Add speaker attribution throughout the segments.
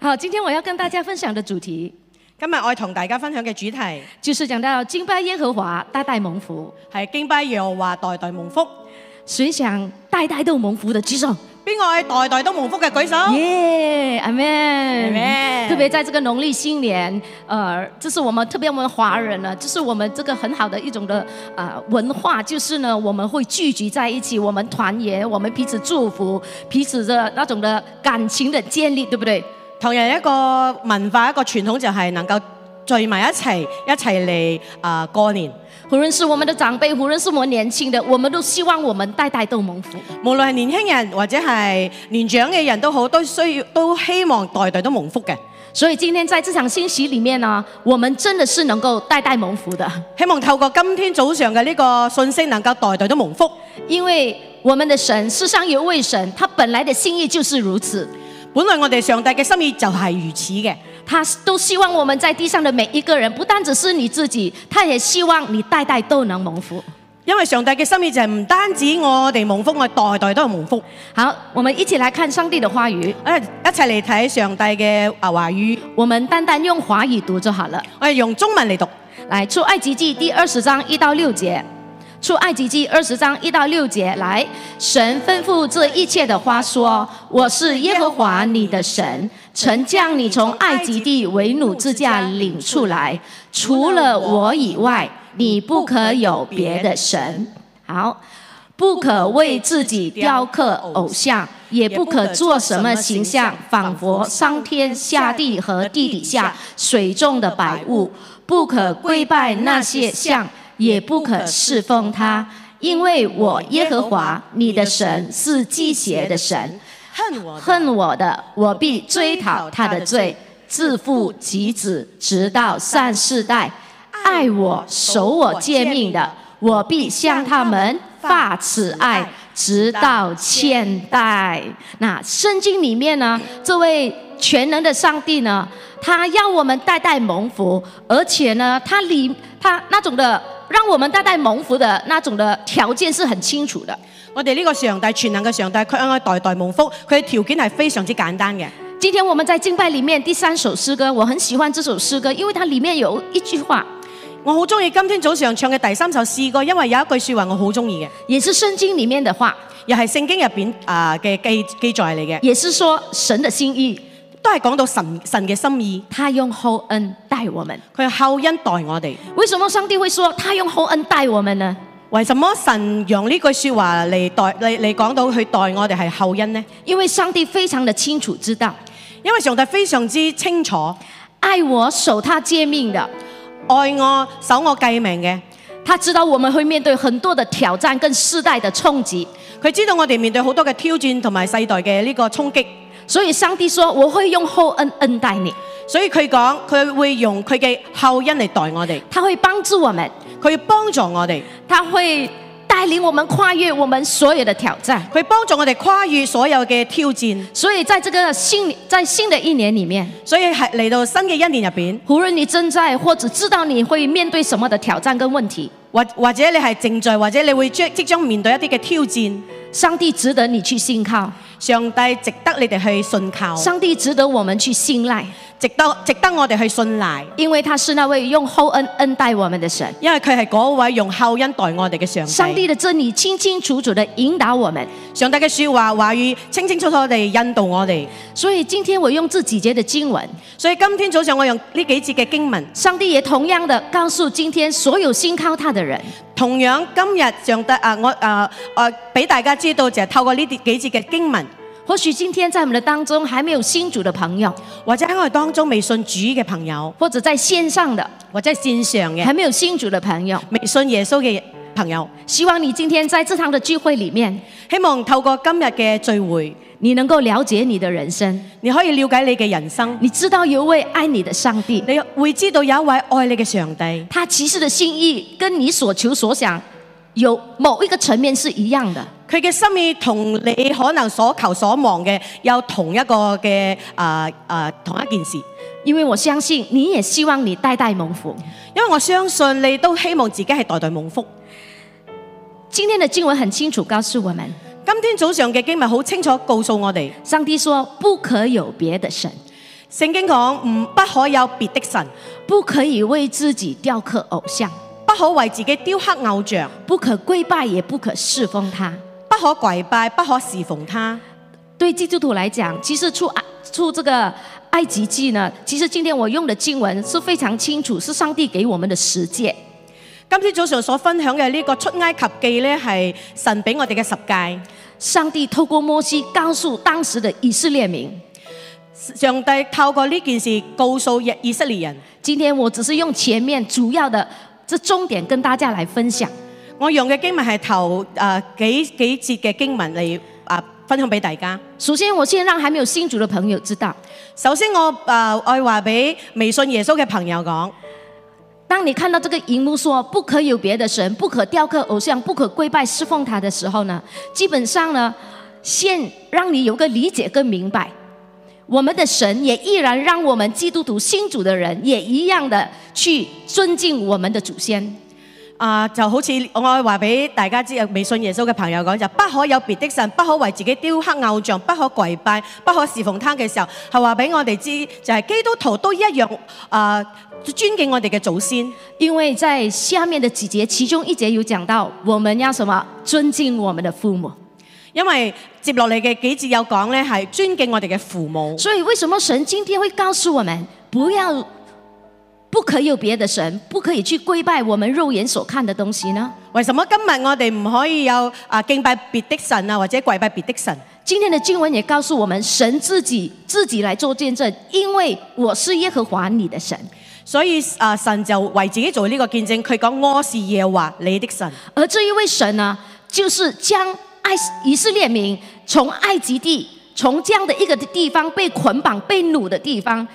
Speaker 1: 好，今天我要跟大家分享的主题
Speaker 2: 今日我同大家分享嘅主題
Speaker 1: 就是讲到敬拜耶和华，代代蒙福。
Speaker 2: 係敬拜耶和華，代代蒙福。
Speaker 1: 谁想代代都蒙福的举手？
Speaker 2: 邊個係代代都蒙福嘅舉手？
Speaker 1: 耶，哦阿门，
Speaker 2: Amen
Speaker 1: 特别在这个农历新年，呃，这是我们特别我们华人呢，这是我们这个很好的一种的呃文化，就是呢我们会聚集在一起，我们团圆，我们彼此祝福，彼此的那种的感情的建立，对不对？
Speaker 2: 同樣一個文化一個傳統就係能夠聚埋一齊，一齊嚟啊過年。
Speaker 1: 无论是我们的长辈，无论是我们年轻的，我们都希望我们代代都蒙福。
Speaker 2: 無論係年輕人或者係年長嘅人都好，都需要都希望代代都蒙福嘅。
Speaker 1: 所以今天在这场信息里面呢，我们真的是能够代代蒙福的，
Speaker 2: 希望透過今天早上嘅呢個信息，能夠代代都蒙福。
Speaker 1: 因为我们的神，世上有位神，他本来的心意就是如此，
Speaker 2: 本來我哋上帝嘅心意就係如此嘅，
Speaker 1: 他都希望我们在地上的每一个人，不但只是你自己，他也希望你代代都能蒙福。
Speaker 2: 因為上帝嘅心意就係唔單止我哋蒙福，我哋代代都係蒙福。
Speaker 1: 好，我们一起来看上帝的话语，
Speaker 2: 我哋一齊嚟睇上帝嘅啊話語，
Speaker 1: 我们单单用华语读就好了。
Speaker 2: 我哋用中文嚟讀。
Speaker 1: 来，出埃及记第二十章一到六节。出埃及记二十章一到六节，来，神吩咐这一切的话说：“我是耶和华你的神，曾将你从埃及地为奴之家领出来，除了我以外，你不可有别的神。”好，不可为自己雕刻偶像，也不可做什么形象，仿佛上天下地和地底下水中的百物，不可跪拜那些像，也不可侍奉他，因为我耶和华你的神是祭邪的神，
Speaker 2: 恨我的
Speaker 1: 恨我的，我必追讨他的罪，自负及子，直到三世代。爱我、守我诫命的，我必向他们发慈爱，直到千代。那圣经里面呢，这位全能的上帝呢，他要我们代代蒙福，而且呢，他里他那种的让我们代代蒙福的那种的条件是很清楚的。
Speaker 2: 我哋呢個上帝全能嘅上帝，佢愛我代代蒙福，佢嘅條件係非常之簡單嘅。
Speaker 1: 今天我们在敬拜里面第三首诗歌，我很喜欢这首诗歌，因为它里面有一句话，
Speaker 2: 我好中意今天早上唱嘅第三首詩歌，因為有一句説話我好中意嘅，
Speaker 1: 也是圣经里面的话，
Speaker 2: 又係聖經入邊啊嘅記記載嚟嘅，
Speaker 1: 也是说神的心意，
Speaker 2: 都係講到神神嘅心意，
Speaker 1: 他用厚恩待我们。
Speaker 2: 佢厚恩待我哋。
Speaker 1: 为什么上帝会说他用厚恩待我们呢？
Speaker 2: 為什麼神用呢句説話嚟代嚟嚟講到佢待我哋係厚恩呢？
Speaker 1: 因为上帝非常的清楚知道，
Speaker 2: 因為上帝非常之清楚，
Speaker 1: 爱我守他诫命的，
Speaker 2: 愛我守我計命嘅，
Speaker 1: 他知道我们会面对很多的挑战跟世代的冲击，
Speaker 2: 佢知道我哋面對好多嘅挑戰同埋世代嘅呢個衝擊。
Speaker 1: 所以上帝说我会用厚恩恩待你，
Speaker 2: 所以佢講，佢會用佢嘅後恩嚟待我哋，
Speaker 1: 他会帮助我们，
Speaker 2: 佢要幫助我哋，
Speaker 1: 他会带领我们跨越我们所有的挑战。
Speaker 2: 佢幫助我哋跨越所有嘅挑戰。
Speaker 1: 所以在这个新在新的一年里面，
Speaker 2: 所以係嚟到新嘅一年入邊，
Speaker 1: 无论你正在或者知道你会面对什么的挑战跟问题，
Speaker 2: 或或者你係正在，或者你會將即將面對一啲嘅挑戰，
Speaker 1: 上帝值得你去信靠，
Speaker 2: 上帝值得你哋去信靠，
Speaker 1: 上帝值得我们去信赖，
Speaker 2: 值得值得我哋去信賴，
Speaker 1: 因为他是那位用厚恩恩待我们的神。
Speaker 2: 因為佢係嗰位用後恩待我哋嘅上帝。
Speaker 1: 上帝的真理清清楚楚地引导我们，
Speaker 2: 上帝嘅説話話語清清楚楚地引導我哋。
Speaker 1: 所以今天我用这几节的经文，
Speaker 2: 所以今天早上我用呢幾節嘅經文，
Speaker 1: 上帝也同样的告诉今天所有信靠他的人，
Speaker 2: 同樣今日上帝啊，我啊啊俾大家知道就係透過呢啲幾節嘅經文，
Speaker 1: 或许今天在我们的当中还没有信主的朋友，
Speaker 2: 或者喺我哋當中未信主嘅朋友，
Speaker 1: 或者在线上的
Speaker 2: 或者係線上嘅
Speaker 1: 还没有信主的朋友，
Speaker 2: 未信耶穌嘅朋友，
Speaker 1: 希望你今天在这场的聚会里面，
Speaker 2: 希望透過今日嘅聚會，
Speaker 1: 你能够了解你的人生，
Speaker 2: 你可以了解你嘅人生，
Speaker 1: 你知道有一位爱你的上帝，
Speaker 2: 你會知道有一位愛你嘅上帝，
Speaker 1: 他其实的心意跟你所求所想有某一个层面是一样的。
Speaker 2: 佢嘅心意同你可能所求所望嘅有同一個嘅啊啊同一件事，
Speaker 1: 因为我相信你也希望你代代蒙福。
Speaker 2: 因為我相信你都希望自己係代代蒙福。
Speaker 1: 今天的经文很清楚告诉我们，
Speaker 2: 今天早上嘅經文好清楚告訴我哋，
Speaker 1: 上帝说不可有别的神，
Speaker 2: 聖經講唔不可有別的神，
Speaker 1: 不可以为自己雕刻偶像，
Speaker 2: 不可為自己雕刻偶像，
Speaker 1: 不可跪拜，也不可侍奉他。
Speaker 2: 不可跪拜，不可侍奉他。
Speaker 1: 对基督徒来讲，其实出埃出这个埃及记呢，其实今天我用的经文是非常清楚，是上帝给我们的十诫。
Speaker 2: 今朝早上所分享嘅呢個出埃及記呢，係神俾我哋嘅十戒。
Speaker 1: 上帝透过摩西告诉当时的以色列民，
Speaker 2: 上帝透過呢件事告訴以以色列人，
Speaker 1: 今天我只是用前面主要的这重点跟大家来分享。
Speaker 2: 我用嘅經文係頭誒、呃、幾幾節嘅經文嚟啊、分享俾大家。
Speaker 1: 首先，我先让还没有信主的朋友知道，
Speaker 2: 首先我誒、呃、我話俾微信耶穌嘅朋友講，
Speaker 1: 当你看到这个荧幕说“不可有别的神，不可雕刻偶像，不可跪拜侍奉他”的时候呢，基本上呢，先让你有个理解跟明白，我们的神也依然让我们基督徒信主的人也一样的去尊敬我们的祖先。
Speaker 2: 啊、就好似我話俾大家知，微信耶穌嘅朋友講就不可有別的神，不可為自己雕刻偶像，不可跪拜，不可侍奉他嘅時候，係話俾我哋知，就係、基督徒都一樣啊、尊敬我哋嘅祖先。
Speaker 1: 因为在下面的几节，其中一节有讲到我们要什么尊敬我们的父母，
Speaker 2: 因為接落嚟嘅幾節有講呢係尊敬我哋嘅父母。
Speaker 1: 所以为什么神今天会告诉我们不要？不可有别的神，不可以去跪拜我们肉眼所看的东西呢？
Speaker 2: 為什麼今日我哋唔可以有啊敬拜別的神啊，或者跪拜別的神？
Speaker 1: 今天的经文也告诉我们，神自己自己来做见证，因为我是耶和华你的神，
Speaker 2: 所以啊，神就為自己做呢個見證，佢講我是耶和華你的神。
Speaker 1: 而这一位神呢，就是将埃以色列民从埃及地，从这样的一个地方被捆绑、被掳的地方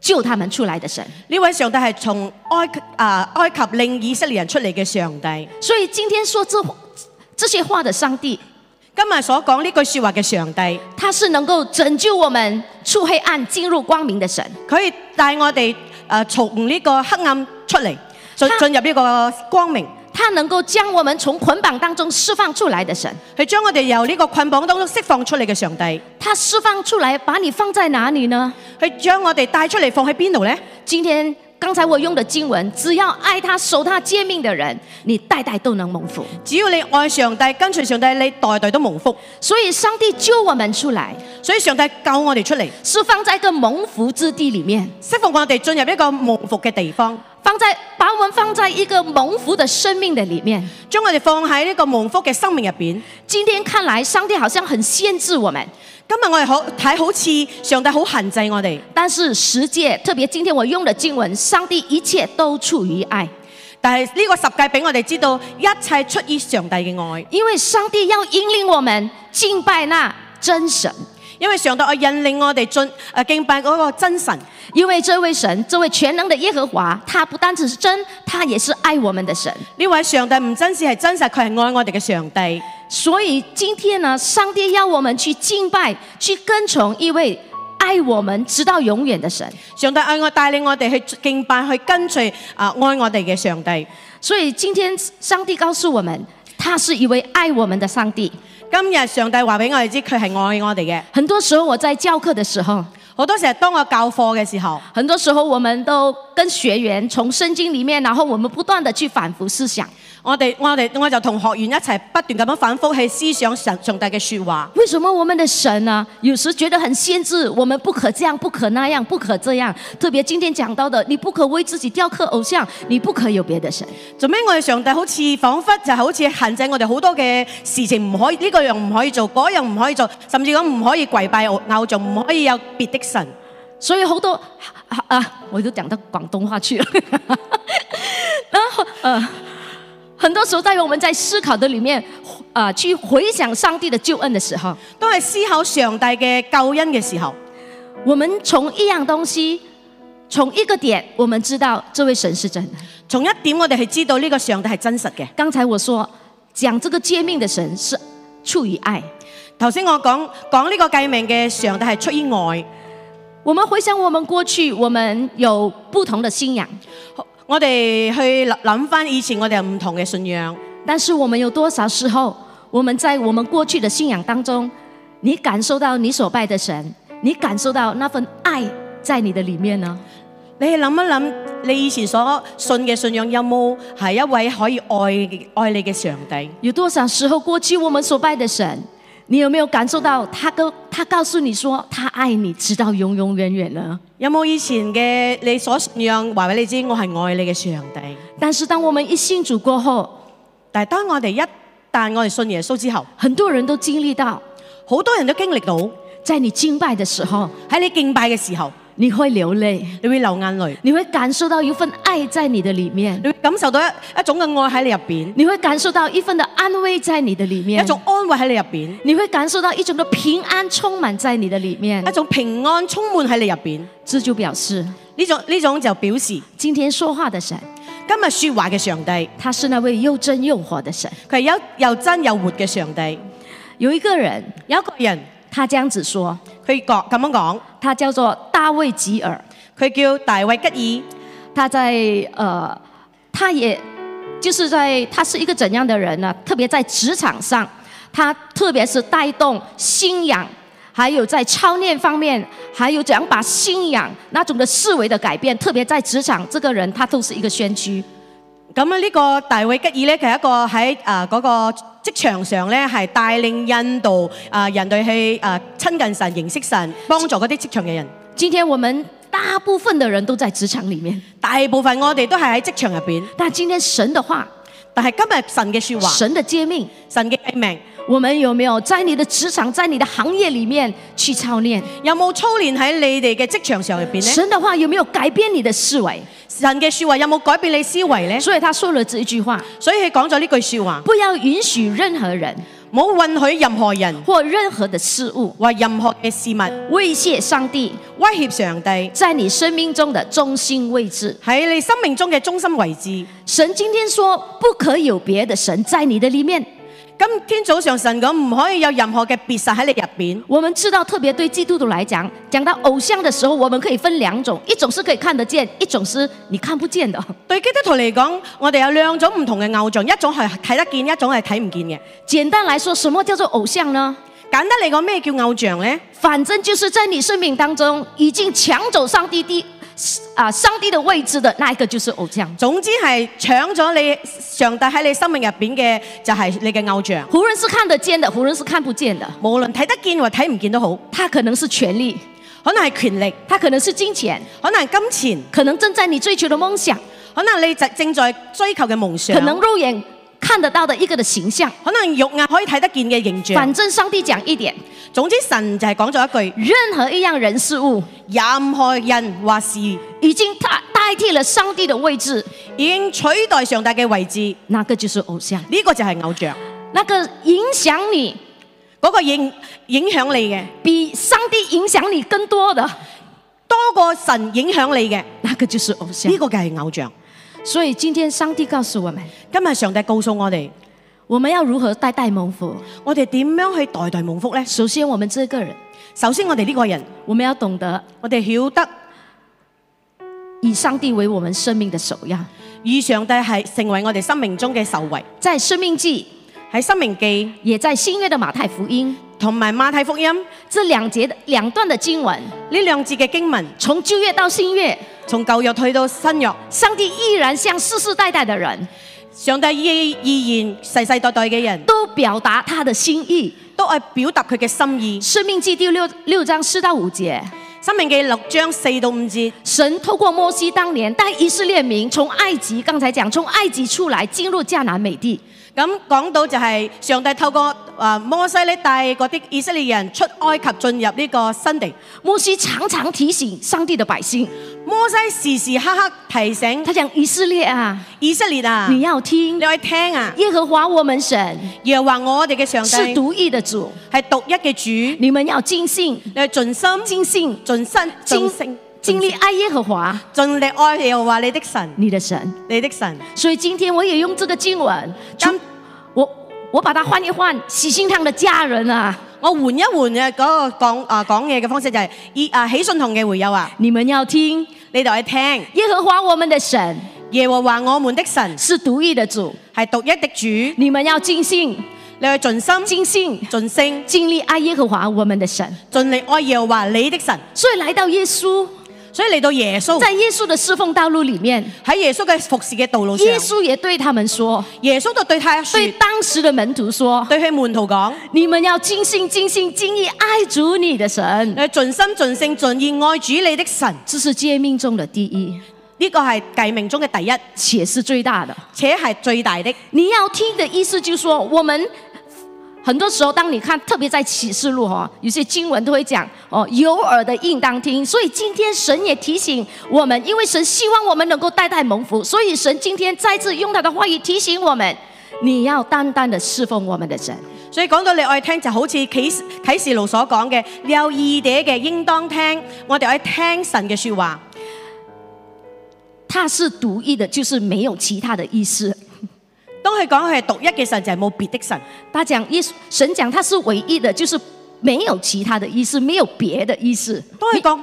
Speaker 1: 救他们出来的神。
Speaker 2: 呢位上帝係從埃及啊埃及令以色列人出嚟嘅上帝。
Speaker 1: 所以今天说这这些话的上帝，
Speaker 2: 今日所講呢句说話嘅上帝，
Speaker 1: 他是能够拯救我们出黑暗进入光明的神。
Speaker 2: 佢係帶我哋啊從呢個黑暗出嚟，進
Speaker 1: 他
Speaker 2: 進入呢個光明。
Speaker 1: 他能够将我们从捆绑当中释放出来的神，
Speaker 2: 佢將我哋由呢個捆綁當中釋放出嚟嘅上帝，
Speaker 1: 他释放出来，把你放在哪里呢？
Speaker 2: 佢將我哋帶出嚟放喺邊度呢？
Speaker 1: 今天刚才我用的经文，只要爱他、守他诫命的人，你代代都能蒙福。
Speaker 2: 只要你愛上帝，跟隨上帝，你代代都蒙福。
Speaker 1: 所以，上帝救我们出来，
Speaker 2: 所以上帝救我哋出嚟，
Speaker 1: 是放在一个蒙福之地里面，
Speaker 2: 釋放我哋進入一個蒙福嘅地方，
Speaker 1: 放在把我们放在一个蒙福的生命的里面。
Speaker 2: 將我哋放喺呢個蒙福嘅生命入邊。
Speaker 1: 今天看来，上帝好像很限制我们，
Speaker 2: 今日我哋好睇好似上帝好限制我哋，
Speaker 1: 但是十诫，特别今天我用的经文，上帝一切都出于爱，
Speaker 2: 但係呢個十戒俾我哋知道，一切出於上帝嘅愛，
Speaker 1: 因为上帝要引领我们敬拜那真神，
Speaker 2: 因為上帝愛引領我哋進誒敬拜嗰個真神，
Speaker 1: 因为这位神，这位全能的耶和华，他不单只是真，他也是爱我们的神。
Speaker 2: 呢位上帝唔真是係真實，佢係愛我哋嘅上帝。
Speaker 1: 所以今天呢，上帝要我们去敬拜，去跟从一位爱我们直到永远的神。
Speaker 2: 上帝愛我帶領我哋去敬拜，去跟隨啊愛我哋嘅上帝。
Speaker 1: 所以今天上帝告诉我们，他是一位爱我们的上帝。
Speaker 2: 今日上帝話俾我哋知，佢係愛我哋嘅。
Speaker 1: 很多时候我在教课的时候，
Speaker 2: 好多時候當我教課嘅時候，
Speaker 1: 很多时候我们都跟学员从圣经里面，然后我们不断的去反复思想，
Speaker 2: 我哋我哋我就同學員一齊不斷咁樣反覆去思想神上帝嘅説話。
Speaker 1: 为什么我们的神呢？有时觉得很限制，我们不可这样，不可那样，不可这样。特别今天讲到的，你不可为自己雕刻偶像，你不可有别的神。
Speaker 2: 做咩我哋上帝好似彷彿就好似限制我哋好多嘅事情，唔可以呢、個樣唔可以做，嗰樣唔可以做，甚至講唔可以跪拜偶偶像，唔可以有別的神。
Speaker 1: 所以好多啊啊，我都讲到广东话去了。 然后呃，很多时候在我们在思考的里面啊、呃去回想上帝的救恩的时候，
Speaker 2: 當係思考上帝嘅救恩嘅時候，
Speaker 1: 我们从一样东西，从一个点，我们知道这位神是真的。
Speaker 2: 從一點我哋係知道呢個上帝係真實嘅。
Speaker 1: 刚才我说讲这个诫命的神是出于爱。
Speaker 2: 頭先我講講呢個計命嘅上帝係出於愛，
Speaker 1: 我们回想我们过去，我们有不同的信仰，
Speaker 2: 我哋去諗諗翻以前我哋有唔同嘅信仰，
Speaker 1: 但是我们有多少时候，我们在我们过去的信仰当中，你感受到你所拜的神，你感受到那份爱在你的里面呢？
Speaker 2: 你去諗一諗，你以前所信嘅信仰有冇係一位可以愛愛你嘅上帝？
Speaker 1: 有多少时候过去我们所拜的神，你有没有感受到他跟他告诉你说他爱你，直到永永远远呢？
Speaker 2: 有冇以前嘅你所信仰話俾你知，我係愛你嘅上帝？
Speaker 1: 但是當我們一信主過後，
Speaker 2: 但係當我哋一旦我哋信耶穌之後，
Speaker 1: 很多人都經歷到，
Speaker 2: 好多人都經歷到
Speaker 1: 在你敬拜的時候，
Speaker 2: 喺你敬拜嘅時候，
Speaker 1: 你會流淚，
Speaker 2: 你會流眼淚，
Speaker 1: 你會感受到一份愛在你的里面，
Speaker 2: 你會感受到一一種嘅愛喺你入邊，
Speaker 1: 你會感受到一份的安慰在你的里面，
Speaker 2: 一種安慰喺你入邊，
Speaker 1: 你會感受到一種的平安充滿在你的里面
Speaker 2: 一。種平安充滿喺你入邊。
Speaker 1: 這就表示，
Speaker 2: 呢種呢種就表示
Speaker 1: 今
Speaker 2: 今
Speaker 1: 天說話的神，
Speaker 2: 日説話嘅上帝，
Speaker 1: 他是那位又真又活的神。
Speaker 2: 佢係有又真又活嘅上帝。
Speaker 1: 有一個人，
Speaker 2: 有一個人
Speaker 1: 他這樣子說，
Speaker 2: 佢講咁樣講。
Speaker 1: 他叫做大衛吉爾，
Speaker 2: 佢叫大衛吉爾，
Speaker 1: 他在呃，他也就是在呃他是一個怎樣的人呢？特別在職場上，他特別是帶動信仰，還有在操練方面，還有怎樣把信仰那種的思維的改變，特別在職場，這個人他都是一個先驅。
Speaker 2: 咁啊呢個大衛吉爾咧，佢係一個喺啊嗰個職場上咧，係帶領印度啊、人類去啊、親近神、認識神，幫助嗰啲職場嘅人。
Speaker 1: 今天我們大部分的人都在職場裡面，
Speaker 2: 大部分我哋都係喺職場入邊，
Speaker 1: 但今天神的話，
Speaker 2: 但係今日神嘅説話、
Speaker 1: 神的诫命，
Speaker 2: 神嘅誡命，
Speaker 1: 我們有沒有在你的職場，在你的行業裡面去操練？
Speaker 2: 有冇操練喺你哋嘅職場上入邊咧？
Speaker 1: 神的話有沒有改變你的思維？
Speaker 2: 神嘅説話有冇改變你思維咧？
Speaker 1: 所以他說了這一句話：
Speaker 2: 所以佢講咗呢句説話：
Speaker 1: 不要允許任何人
Speaker 2: 冇允許任何人
Speaker 1: 或任何的事物
Speaker 2: 或任何嘅事物
Speaker 1: 威脅上帝
Speaker 2: 威脅上帝
Speaker 1: 在你生命中的中心位置。
Speaker 2: 喺你生命中嘅中心位置。
Speaker 1: 神今天说，不可有別的神在你的里面。
Speaker 2: 今天早上神講唔可以有任何嘅別實喺你入邊。
Speaker 1: 我们知道，特別對基督徒來講，講到偶像的時候，我們可以分兩種，一種是可以看得見，一種是你看不見的。
Speaker 2: 對基督徒嚟講，我哋有兩種唔同嘅偶像，一種係睇得見，一種係睇唔見嘅。
Speaker 1: 簡單來說，什麼叫做偶像呢？
Speaker 2: 簡單嚟講，咩叫偶像呢？
Speaker 1: 反正就是在你生命當中已經搶走上帝的啊上帝的位置的那一個就是偶像。
Speaker 2: 總之係搶咗你上帝喺你生命入邊嘅，就係你嘅偶像。
Speaker 1: 無論是看得見的，無論是看不見的，
Speaker 2: 無論睇得見或睇唔見都好，
Speaker 1: 它可能是權力，
Speaker 2: 可能係權力，
Speaker 1: 它可能是金錢，
Speaker 2: 可能係金錢，
Speaker 1: 可能正在你追求的夢想，
Speaker 2: 可能你正正在追求嘅夢想，
Speaker 1: 可能肉眼看得到的一個的形象。
Speaker 2: 可能肉眼可以睇得見嘅形象
Speaker 1: 反。正上帝講一點，
Speaker 2: 總之神就係講咗一句：
Speaker 1: 任何一樣人事物
Speaker 2: 任何人或事已
Speaker 1: 已經代代替了上帝的位置，
Speaker 2: 經取代上帝嘅位置。
Speaker 1: 那個就是偶像，
Speaker 2: 呢、個就係偶像，嗰、
Speaker 1: 那個影響你
Speaker 2: 個影影響你嘅
Speaker 1: 比上帝影響你更多的，
Speaker 2: 多過神影響你嘅，呢、
Speaker 1: 那個就是偶像。
Speaker 2: 個就係偶像。
Speaker 1: 所以今天上帝告訴我們，
Speaker 2: 今日上帝告訴我哋，
Speaker 1: 我們要如何代代蒙福。
Speaker 2: 我哋點樣去代代蒙福呢？
Speaker 1: 首先，我們這個人，
Speaker 2: 首先我哋呢個人，
Speaker 1: 我們要懂得
Speaker 2: 我哋曉得
Speaker 1: 以上帝為我們生命的首要。
Speaker 2: 以上帝係成為我哋生命中嘅受惠。
Speaker 1: 在《生命記
Speaker 2: 喺《生命記》》
Speaker 1: 也在新約的馬太福音
Speaker 2: 同埋《馬太福音》呢
Speaker 1: 這兩節的兩段的經文，
Speaker 2: 兩節嘅經文，
Speaker 1: 從舊約到新約，
Speaker 2: 從舊約去到新約，
Speaker 1: 上帝依然向世世代代的人
Speaker 2: 上帝依依然世世代代嘅人
Speaker 1: 都表達他的心意。
Speaker 2: 都係表達佢嘅心意。
Speaker 1: 《生命記》第六六章四到五節，
Speaker 2: 《生命記》六章四到五節。
Speaker 1: 神透過摩西當年帶以色列民從埃及，剛才講從埃及出來進入迦南美地，
Speaker 2: 咁講到就係上帝透過啊摩西咧帶嗰啲以色列人出埃及進入呢個新地。
Speaker 1: 摩西常常提醒上帝的百姓，
Speaker 2: 摩西時時刻刻提醒
Speaker 1: 他講以色列啊，
Speaker 2: 以色列啊，
Speaker 1: 你要聽
Speaker 2: 你去聽啊，
Speaker 1: 耶和華我們神
Speaker 2: 耶和華我哋嘅上
Speaker 1: 是
Speaker 2: 帝
Speaker 1: 獨一的主，
Speaker 2: 係獨一嘅主，
Speaker 1: 你們要盡信
Speaker 2: 你去盡心、
Speaker 1: 盡性
Speaker 2: 盡身、
Speaker 1: 盡
Speaker 2: 盡性、
Speaker 1: 尽力爱耶和华
Speaker 2: 盡力愛耶和華你的神，
Speaker 1: 你的神。
Speaker 2: 你的神。
Speaker 1: 所以今天我也用这个经文，
Speaker 2: 咁
Speaker 1: 除我我把它换一換，喜信堂的家人啊，
Speaker 2: 我換一換嘅嗰個講啊講嘢嘅方式就係、以啊喜信同嘅回友啊，
Speaker 1: 你们要聽
Speaker 2: 你就去聽
Speaker 1: 耶和華我們的神
Speaker 2: 耶和華我們的神
Speaker 1: 是獨一的主，
Speaker 2: 係獨一的主，
Speaker 1: 你们要盡信
Speaker 2: 你去盡心、
Speaker 1: 盡性
Speaker 2: 盡性、
Speaker 1: 盡力爱耶和華我们的神。
Speaker 2: 盡力愛耶和華你的神。
Speaker 1: 所以来到耶穌，
Speaker 2: 所以嚟到耶穌
Speaker 1: 在耶稣的侍奉道路里面，
Speaker 2: 喺耶穌嘅服侍嘅道路上，
Speaker 1: 耶穌也对他们说，
Speaker 2: 耶穌就對太說，
Speaker 1: 对当时的门徒说：
Speaker 2: 對佢門徒講：
Speaker 1: 你们要尽心、尽心、尽意爱主你的神。
Speaker 2: 你盡心盡性盡意愛主你的神，
Speaker 1: 这是诫命中的第一，
Speaker 2: 呢、個係計命中嘅第一，
Speaker 1: 且是最大的。
Speaker 2: 且係最大的。
Speaker 1: 你要听的意思就是说，我们很多时候，当你看，特别在启示录哦，有些经文都会讲哦，有耳的应当听。所以今天神也提醒我们，因为神希望我们能够代代蒙福，所以神今天再次用他的话语提醒我们，你要单单的侍奉我们的神。
Speaker 2: 所以講到你愛聽，就好似啟示啟示錄所講嘅，你有耳朵嘅應當聽。我哋愛聽神嘅説話，
Speaker 1: 他是独一的，就是没有其他的意思。
Speaker 2: 當佢講佢係獨一嘅神，就係冇別的神。
Speaker 1: 他讲耶稣，神讲他是唯一的，就是没有其他的意思，没有别的意思。
Speaker 2: 當佢講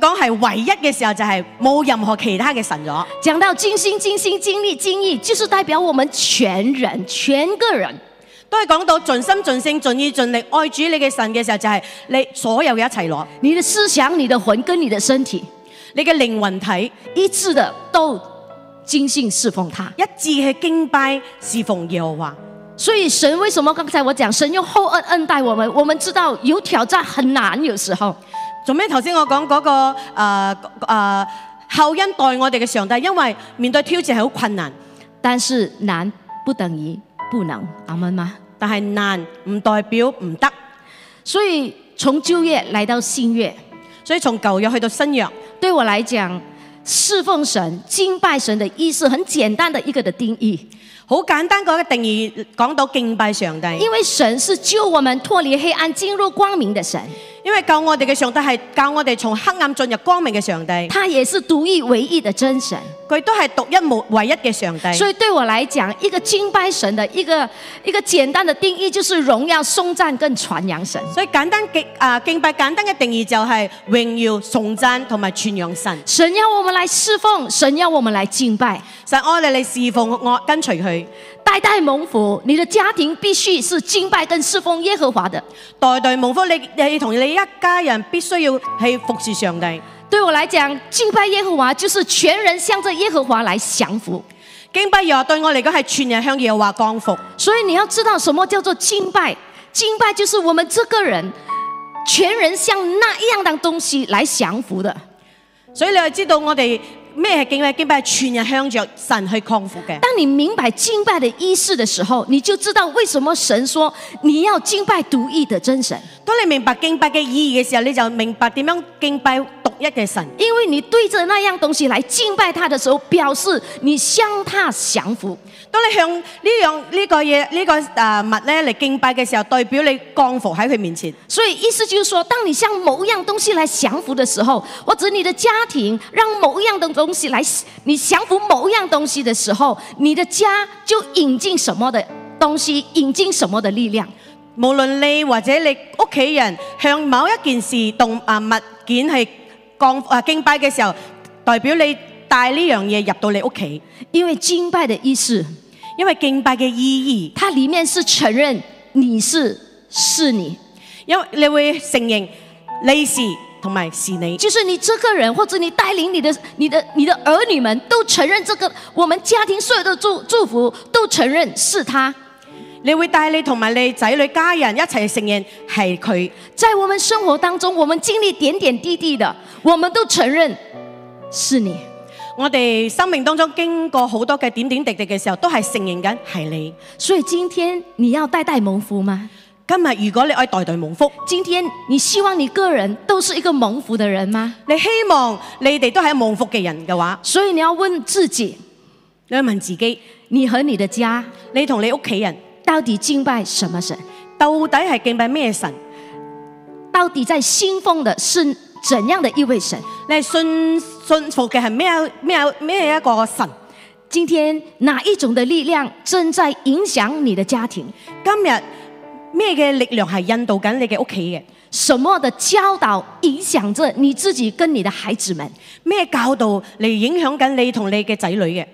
Speaker 2: 當佢講係唯一嘅時候，就係、冇任何其他嘅神咗。
Speaker 1: 讲到尽心、尽心、尽力、尽意，就是代表我们全人、全个人。
Speaker 2: 當佢講到盡心盡性盡意盡力愛主你嘅神嘅時候，就係、你所有嘅一齊攞，
Speaker 1: 你的思想、你的魂跟你的身体
Speaker 2: 你嘅靈魂體
Speaker 1: 一致的都精心侍奉他。
Speaker 2: 一致去敬拜侍奉耶和華。
Speaker 1: 所以神为什么刚才我讲神用厚恩恩待我们？我们知道有挑战很难，有时候
Speaker 2: 做咩頭先我講嗰、個誒誒、呃呃厚恩待我哋嘅上帝，因為面對挑戰係好困難，
Speaker 1: 但是难不等于不能，阿门吗？
Speaker 2: 但係難唔代表唔得。
Speaker 1: 所以从旧约来到新约，
Speaker 2: 所以從舊約去到新約，
Speaker 1: 对我来讲，侍奉神、敬拜神的意思很简单的一个的定义，
Speaker 2: 好簡單嗰個定義講到敬拜上帝，
Speaker 1: 因为神是救我们脱离黑暗进入光明的神，
Speaker 2: 因為救我哋嘅上帝係教我哋從黑暗進入光明嘅上帝，
Speaker 1: 他也是独一唯一的真神。
Speaker 2: 佢都係獨一無唯一嘅上帝。
Speaker 1: 所以对我来讲，一个敬拜神的一个一个简单的定义就是荣耀、颂赞跟传扬神。
Speaker 2: 所以簡單敬啊敬拜簡單嘅定義就係榮耀、崇讚同埋傳揚神。
Speaker 1: 神要我们来侍奉，神要我们来敬拜，
Speaker 2: 神愛你，你侍奉我，跟隨佢，
Speaker 1: 代代蒙福。你的家庭必须是敬拜跟侍奉耶和华的。
Speaker 2: 代代蒙福。你你同你一家人必須要去服侍上帝。
Speaker 1: 对我来讲，敬拜耶和华就是全人向着耶和華来降服。
Speaker 2: 敬拜耶和華對我嚟講係全人向耶和華降服。
Speaker 1: 所以你要知道什么叫做敬拜？敬拜就是我们这个人全人向那样的东西来降服的。
Speaker 2: 所以你就知道我哋咩係敬拜？敬拜係全人向着神去降服嘅。
Speaker 1: 当你明白敬拜的意思的时候，你就知道为什么神说你要敬拜独一的真神，
Speaker 2: 當你明白敬拜嘅意義嘅時候，你就明白點樣敬拜獨一嘅神。
Speaker 1: 因为你对着那样东西来敬拜他的时候，表示你向他降服。
Speaker 2: 當你向呢樣呢個嘢呢、個啊物咧嚟敬拜嘅時候，代表你降服喺佢面前。
Speaker 1: 所以意思就是说，当你向某一样东西来降服的时候，或者你的家庭让某一样的东西来，你降服某一样东西的时候，你的家就引进什么的东西，引进什么的力量。
Speaker 2: 無論你或者你屋企人向某一件事動啊物件係降啊敬拜嘅時候，代表你帶呢樣嘢入到你屋企，
Speaker 1: 因为敬拜的意思，
Speaker 2: 因為敬拜嘅意義，
Speaker 1: 它里面是承认你是是你，
Speaker 2: 因為你會承認你是同埋是你，
Speaker 1: 就是你这个人或者你带领你的、你的、你的儿女们都承认这个，我们家庭所有的祝祝福都承认是他。
Speaker 2: 你會帶你同埋你仔女家人一齊承認係佢。
Speaker 1: 在我们生活当中，我们经历点点滴滴的，我们都承认是你。
Speaker 2: 我哋生命當中經過好多嘅點點滴滴嘅時候，都係承認緊係你。
Speaker 1: 所以今天你要代代蒙福吗？
Speaker 2: 今日如果你愛代代蒙福，
Speaker 1: 今天你希望你个人都是一个蒙福的人吗？
Speaker 2: 你希望你哋都係蒙福嘅人嘅話，
Speaker 1: 所以你要问自己，
Speaker 2: 你去問自己，
Speaker 1: 你和你的家
Speaker 2: 你同你屋企人
Speaker 1: 到底敬拜什么神？
Speaker 2: 到底係敬拜咩神？
Speaker 1: 到底在信奉的是怎样的一位神？
Speaker 2: 你係信信服嘅係咩咩咩一個神？
Speaker 1: 今天哪一种的力量正在影响你的家庭？
Speaker 2: 今日咩嘅力量係引導緊你嘅屋企嘅？
Speaker 1: 什么的教导影响着你自己跟你的孩子们？
Speaker 2: 咩教導嚟影響緊你同你嘅仔女嘅？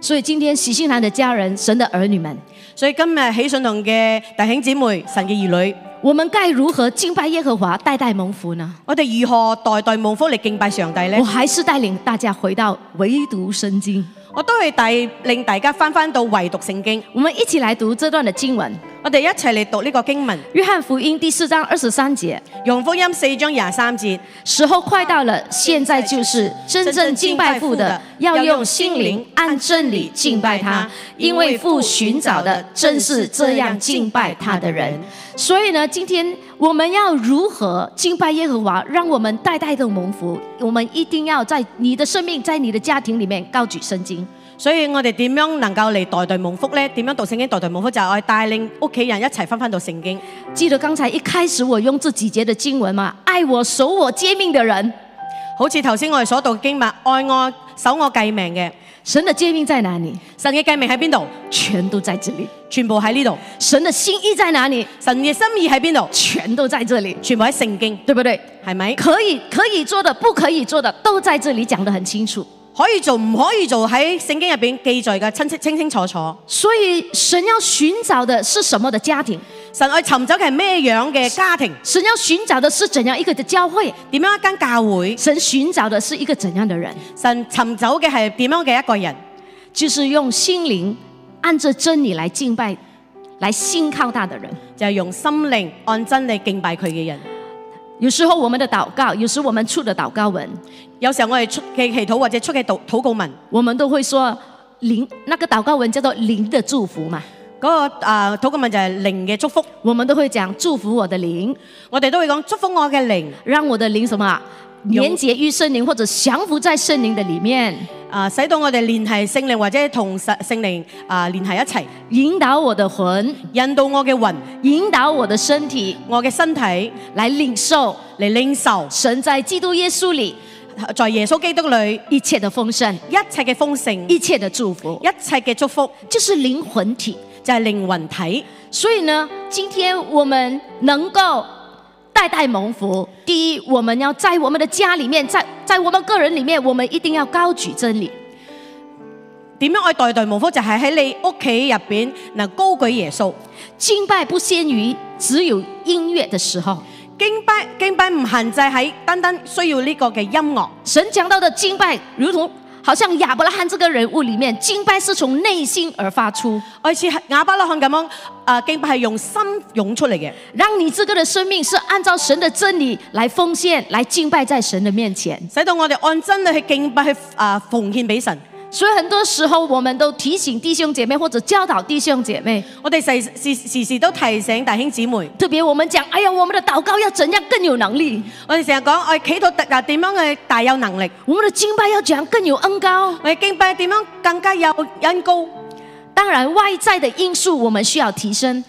Speaker 1: 所以今天喜信南的家人，神的儿女们，
Speaker 2: 所以今日喜信堂嘅弟兄姊妹、神嘅兒女，
Speaker 1: 我们该如何敬拜耶和华，代代蒙福呢？
Speaker 2: 我哋如何代代蒙福嚟敬拜上帝呢
Speaker 1: 我？还是带领大家回到唯独圣经，
Speaker 2: 我都係帶令大家翻翻到唯獨聖經，
Speaker 1: 我们一起来读这段的经文：
Speaker 2: 我哋一齊嚟讀呢個經文，《
Speaker 1: 约翰福音第四章二十三节。
Speaker 2: 用福音》四章廿三節。
Speaker 1: 时候快到了，现在就是真正敬拜父的，要用心灵按真理敬拜他，因为父寻找的正是这样敬拜他的人。所以呢，今天我们要如何敬拜耶和华，让我们代代都蒙福？我们一定要在你的生命，在你的家庭里面高举圣经。
Speaker 2: 所以我哋點樣能夠嚟代代蒙福呢？點樣讀聖經代代蒙福？就係、我哋帶領屋企人一齊翻翻到聖經。
Speaker 1: 记得刚才一开始我用这几节的经文嘛，爱我、守我、诫命的人，
Speaker 2: 好似頭先我哋所讀嘅經文，愛我、守我、計命嘅，
Speaker 1: 神的诫命在哪里？
Speaker 2: 神嘅計命喺邊度？
Speaker 1: 全都在这里。
Speaker 2: 全部喺呢度。
Speaker 1: 神的心意在哪里？
Speaker 2: 神嘅心意喺邊度？
Speaker 1: 全都在这里，
Speaker 2: 全部喺聖經，
Speaker 1: 对不对？
Speaker 2: 係咪？
Speaker 1: 可以可以做的，不可以做的，都在这里讲得很清楚。
Speaker 2: 可以做唔可以做喺聖經入邊記載嘅清晰清清楚楚。
Speaker 1: 所以神要寻找的是什么的家庭？
Speaker 2: 神去尋找嘅係咩樣嘅家庭？
Speaker 1: 神要寻找的是怎样一个的教会？
Speaker 2: 點樣一間教會？
Speaker 1: 神寻找的是一个怎样的人？
Speaker 2: 神尋找嘅係點樣嘅一個人？
Speaker 1: 就是用心灵按着真理来敬拜、来信靠他的人。
Speaker 2: 就係、用心靈按真理敬拜佢嘅人。
Speaker 1: 有时候我们的祷告，有时我们出的祷告文，
Speaker 2: 有時候我哋出嘅祈禱或者出嘅禱禱告文，
Speaker 1: 我们都会说灵，那个祷告文叫做灵的祝福嘛，
Speaker 2: 嗰、個啊禱告文就係靈嘅祝福。
Speaker 1: 我们都会讲祝福我的灵，
Speaker 2: 我哋都會講祝福我嘅靈
Speaker 1: 让我的灵什么啊
Speaker 2: 有
Speaker 1: 连结于圣灵，或者降服在圣灵的里面，
Speaker 2: 啊，使到我哋聯繫聖靈或者同實聖靈啊聯繫一齊，
Speaker 1: 引导我的魂，
Speaker 2: 引導我嘅魂、
Speaker 1: 引导我的身体
Speaker 2: 我嘅身體
Speaker 1: 来领受
Speaker 2: 嚟領受
Speaker 1: 神在基督耶稣里
Speaker 2: 在耶穌基督裏
Speaker 1: 一切的丰盛，
Speaker 2: 一切嘅豐盛、一
Speaker 1: 一切的祝福，
Speaker 2: 切嘅祝福，
Speaker 1: 就是灵魂体。
Speaker 2: 就係、靈魂體。
Speaker 1: 所以呢，今天我们能够代代蒙福，第一，我们要在我们的家里面，在在我们个人里面，我们一定要高举真理。
Speaker 2: 點樣去代代蒙福？就係、喺你屋企入邊能高舉耶穌。
Speaker 1: 敬拜不限于只有音乐的时候，
Speaker 2: 敬拜敬拜唔限制喺單單需要呢個嘅音樂。
Speaker 1: 神讲到的敬拜，如同好像亚伯拉罕这个人物里面，敬拜是从内心而发出，
Speaker 2: 好似亞伯拉罕咁樣，啊敬拜係用心湧出嚟嘅，
Speaker 1: 让你这个的生命是按照神的真理来奉献，来敬拜在神的面前。
Speaker 2: 使到我哋按真理去敬拜，去啊奉獻俾神。
Speaker 1: 所以很多时候，我们都提醒弟兄姐妹或者教导弟兄姐妹，
Speaker 2: 我哋時時時時都提醒弟兄姊妹，
Speaker 1: 特别我们讲，哎呀，我们的祷告要怎样更有能力，
Speaker 2: 我哋成日講我哋企到特啊點樣嘅大有能力，
Speaker 1: 我们的敬拜要怎样更有恩高。
Speaker 2: 我哋敬拜點樣更加有恩高。
Speaker 1: 当然，外在的因素我们需要提升，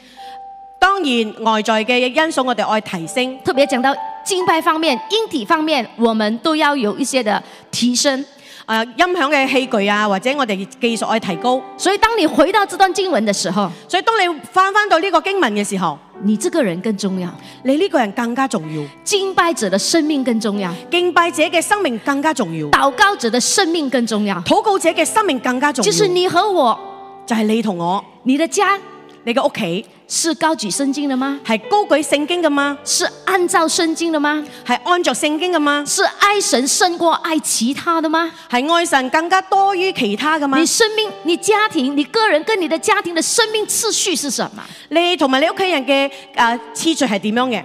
Speaker 2: 當然外在嘅因素我哋愛提升，
Speaker 1: 特别讲到敬拜方面、音体方面，我们都要有一些的提升。
Speaker 2: 啊、音響嘅器具啊，或者我哋技術愛提高。
Speaker 1: 所以，当你回到这段經文的時候，
Speaker 2: 所以當你翻翻到呢個經文嘅時候，
Speaker 1: 你这个人更重要，
Speaker 2: 你呢個人更加重要，
Speaker 1: 敬拜者的生命更重要，
Speaker 2: 敬拜者嘅生命更加重要，
Speaker 1: 祷告者的生命更重要，
Speaker 2: 禱告者嘅生命更加重
Speaker 1: 就
Speaker 2: 要。
Speaker 1: 是你和我，
Speaker 2: 就係你同我，
Speaker 1: 你的家
Speaker 2: 你嘅屋企
Speaker 1: 是高举圣经的吗？
Speaker 2: 係高舉聖經噶嘛，
Speaker 1: 是按照圣经的吗？
Speaker 2: 係按着聖經噶嘛，
Speaker 1: 是爱神胜过爱其他的吗？
Speaker 2: 係愛神更加多於其他噶嘛
Speaker 1: 你。生命、你家庭、你个人跟你的家庭的生命次序是什么？
Speaker 2: 你同埋你屋企人嘅啊次序係點樣嘅？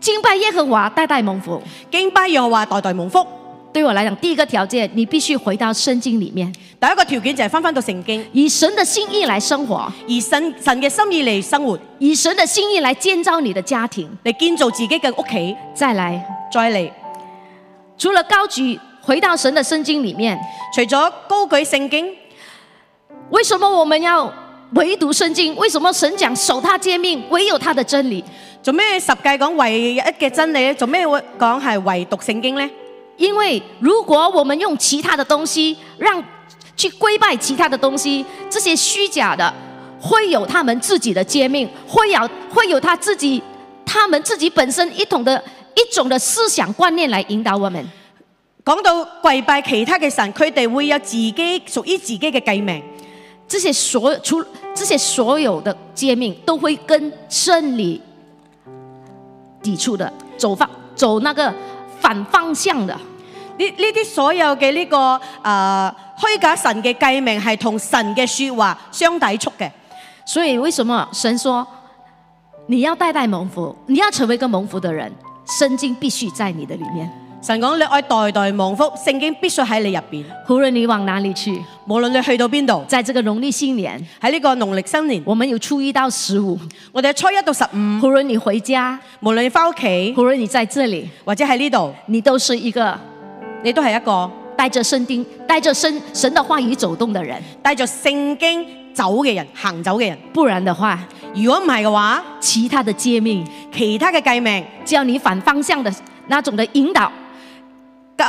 Speaker 1: 敬拜耶和华，代代蒙福。
Speaker 2: 敬拜又話代代蒙福。
Speaker 1: 对我来讲，第一个条件，你必须回到圣经里面，
Speaker 2: 第一個條件就係翻翻到聖經，
Speaker 1: 以神的心意来生活，
Speaker 2: 而神神嘅心意嚟生活，
Speaker 1: 以神的心意来建造你的家庭。
Speaker 2: 嚟建造自己嘅屋企。
Speaker 1: 再来，
Speaker 2: 再嚟，
Speaker 1: 除了高举回到神的圣经里面，
Speaker 2: 除咗高舉聖經，
Speaker 1: 为什么我们要唯独圣经？为什么神讲守他诫命，唯有他的真理？
Speaker 2: 做咩十戒講唯一嘅真理咧？做咩會講係唯獨聖經呢？
Speaker 1: 因为如果我们用其他的东西让去跪拜其他的东西，这些虚假的会有他们自己的诫命，会有会有他自己他们自己本身一统的一种的思想观念来引导我们。
Speaker 2: 講到跪拜其他嘅神，佢哋會有自己屬於自己嘅計命。
Speaker 1: 这些所有除这些所有的诫命都会跟真理抵触的，走方走那个反方向的。
Speaker 2: 呢呢啲所有嘅呢、個誒、呃、虛假神嘅計命係同神嘅説話相抵觸嘅。
Speaker 1: 所以为什么神说你要代代蒙福，你要成为一个蒙福的人，圣经必须在你的里面，
Speaker 2: 神講你愛代代蒙福，聖經必須喺你入邊，
Speaker 1: 无论你往哪里去，
Speaker 2: 無論你去到邊度，
Speaker 1: 在这个农历新年，
Speaker 2: 喺呢個農曆新年，
Speaker 1: 我们有初一到十五，
Speaker 2: 我哋喺初一到十五，
Speaker 1: 无论你回家，
Speaker 2: 無論你翻屋企
Speaker 1: 无论你在这里，
Speaker 2: 或者喺呢度，
Speaker 1: 你都是一个
Speaker 2: 你都係一個
Speaker 1: 带着圣经、带着神神的话语走动的人。
Speaker 2: 帶着聖經走嘅人，行走嘅人。
Speaker 1: 不然的话，
Speaker 2: 如果唔係嘅話，
Speaker 1: 其他的诫命，
Speaker 2: 其他嘅計命，
Speaker 1: 叫你反方向的那种的引导，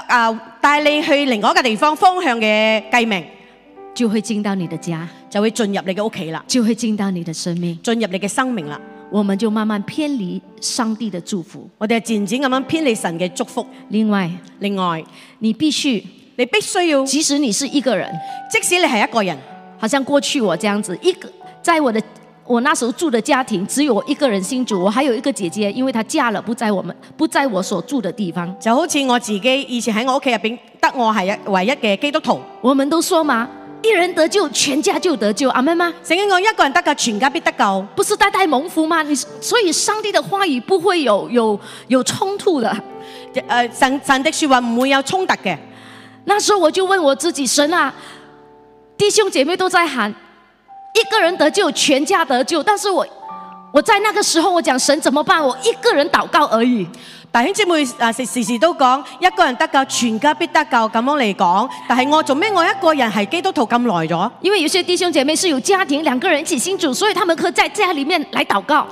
Speaker 2: 啊帶你去另外一個地方方向嘅計命，
Speaker 1: 就会进到你的家，
Speaker 2: 就會進入你嘅屋企啦，
Speaker 1: 就会进到你的生命，
Speaker 2: 進入你嘅生命啦。
Speaker 1: 我们就慢慢偏离上帝的祝福。
Speaker 2: 我哋係漸漸咁樣偏離神嘅祝福。
Speaker 1: 另外，
Speaker 2: 另外，
Speaker 1: 你必须，
Speaker 2: 你必須要，
Speaker 1: 即使你是一个人，
Speaker 2: 即使你係一個人，
Speaker 1: 好像过去我这样子，一个在我的我那时候住的家庭，只有我一个人信主，我还有一个姐姐，因为她嫁了，不在我们不在我所住的地方。
Speaker 2: 就好似我自己以前喺我屋企入邊，得我係一唯一嘅基督徒。
Speaker 1: 我们都说嘛，一人得救，全家就得救，阿门吗？
Speaker 2: 聖經講一個人得救，全家必得救。
Speaker 1: 不是代代蒙福吗？你所以上帝的话语不会有有有冲突的。
Speaker 2: 誒、神神的説話唔會有衝突嘅。
Speaker 1: 那时候我就问我自己，神啊，弟兄姐妹都在喊，一个人得救，全家得救，但是我我在那个时候我讲神怎么办？我一个人祷告而已。
Speaker 2: 弟兄姊妹啊，時時時都講一個人得救，全家必得救咁樣嚟講。但係我做咩？我一個人係基督徒咁耐咗。
Speaker 1: 因为有些弟兄姐妹是有家庭，两个人一起信主，所以他们可以在家里面来祷告。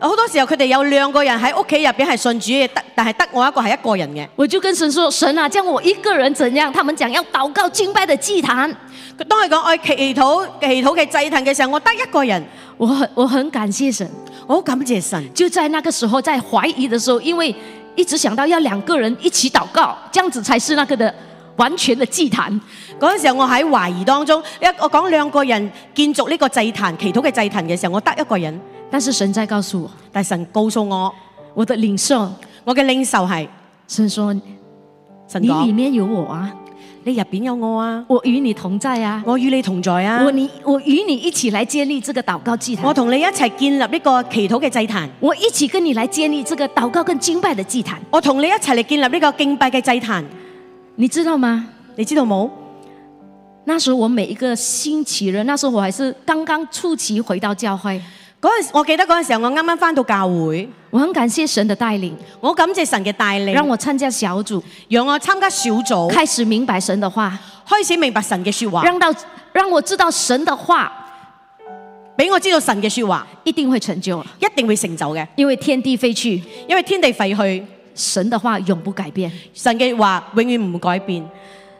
Speaker 2: 好多時候佢哋有兩個人喺屋企入邊係信主嘅，得但係得我一個係一個人嘅。
Speaker 1: 我就跟神说：“神啊，这样我一个人怎样？”他们讲要祷告敬拜的祭坛。
Speaker 2: 佢當佢講我祈禱祈禱嘅祭壇嘅時候，我得一個人，
Speaker 1: 我很我很感谢神，
Speaker 2: 我好感謝神。
Speaker 1: 就在那个时候，在怀疑的时候，因为一直想到要两个人一起祷告，这样子才是那个的完全的祭坛。
Speaker 2: 嗰陣時候我喺懷疑當中，一我講兩個人建造呢個祭壇祈禱嘅祭壇嘅時候，我得一個人，
Speaker 1: 但是神在告诉我，
Speaker 2: 但係神告訴我，
Speaker 1: 我的领受，
Speaker 2: 我嘅領袖係
Speaker 1: 神说：“
Speaker 2: 神
Speaker 1: 你里
Speaker 2: 講，
Speaker 1: 面有我啊，
Speaker 2: 你入邊有我啊，
Speaker 1: 我与你同在啊，
Speaker 2: 我與你同在啊
Speaker 1: 我，你我与你一起来建立这个祷告祭坛。”
Speaker 2: 我同你一齊建立呢個祈禱嘅祭壇，
Speaker 1: 我一起跟你来建立这个祷告跟敬拜的祭坛，
Speaker 2: 我同你一齊嚟建立呢個敬拜嘅祭壇，
Speaker 1: 你知道吗？
Speaker 2: 你知道冇？
Speaker 1: 那时候我每一个星期日，那时候我还是刚刚初期回到教会，
Speaker 2: 嗰陣我記得嗰陣時候，我啱啱翻到教會，
Speaker 1: 我很感谢神的带领，
Speaker 2: 我感謝神嘅帶領，
Speaker 1: 让我参加小组，
Speaker 2: 讓我參加小組，
Speaker 1: 开始明白神的话，
Speaker 2: 開始明白神嘅説話，
Speaker 1: 让到让我知道神的话
Speaker 2: 俾我知道神嘅説話
Speaker 1: 一定会成就，
Speaker 2: 一定會成就嘅，
Speaker 1: 因为天地废去，
Speaker 2: 因為天地廢去，
Speaker 1: 神的话永不改变。
Speaker 2: 神嘅話永遠唔改變。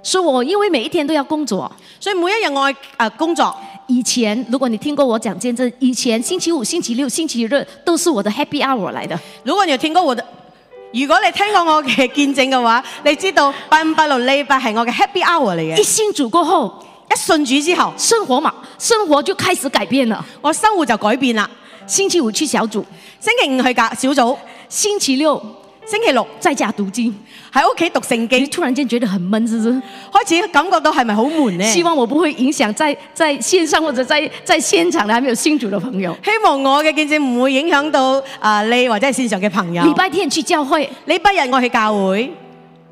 Speaker 1: 所以我因为每一天都要工作，
Speaker 2: 所以每一日我誒、呃工作，
Speaker 1: 以前如果你听过我讲见证，以前星期五、星期六、星期日都是我的 happy hour 来的。
Speaker 2: 如果你有聽過我的，如果你聽過我嘅見證嘅話，你知道八五八六禮拜係我嘅 Happy Hour 嚟
Speaker 1: 一
Speaker 2: 嘅。
Speaker 1: 信主过后，
Speaker 2: 一信主之後，
Speaker 1: 生活嘛，生活就开始改变了。
Speaker 2: 我生活就改變啦。
Speaker 1: 星期五去小组，
Speaker 2: 星期五去教小組，
Speaker 1: 星期六
Speaker 2: 星期六
Speaker 1: 在家读经。
Speaker 2: 喺屋企讀聖
Speaker 1: 你
Speaker 2: 經，
Speaker 1: 突然间觉得很闷，是不是？
Speaker 2: 開始感覺到係咪好悶呢？
Speaker 1: 嗯希望我不会影响在在线上或者在在现场的还没有信主的朋友。
Speaker 2: 希望我嘅見證唔會影響到啊、你或者係線上嘅朋友。
Speaker 1: 礼拜天去教会，
Speaker 2: 禮拜日我去教會，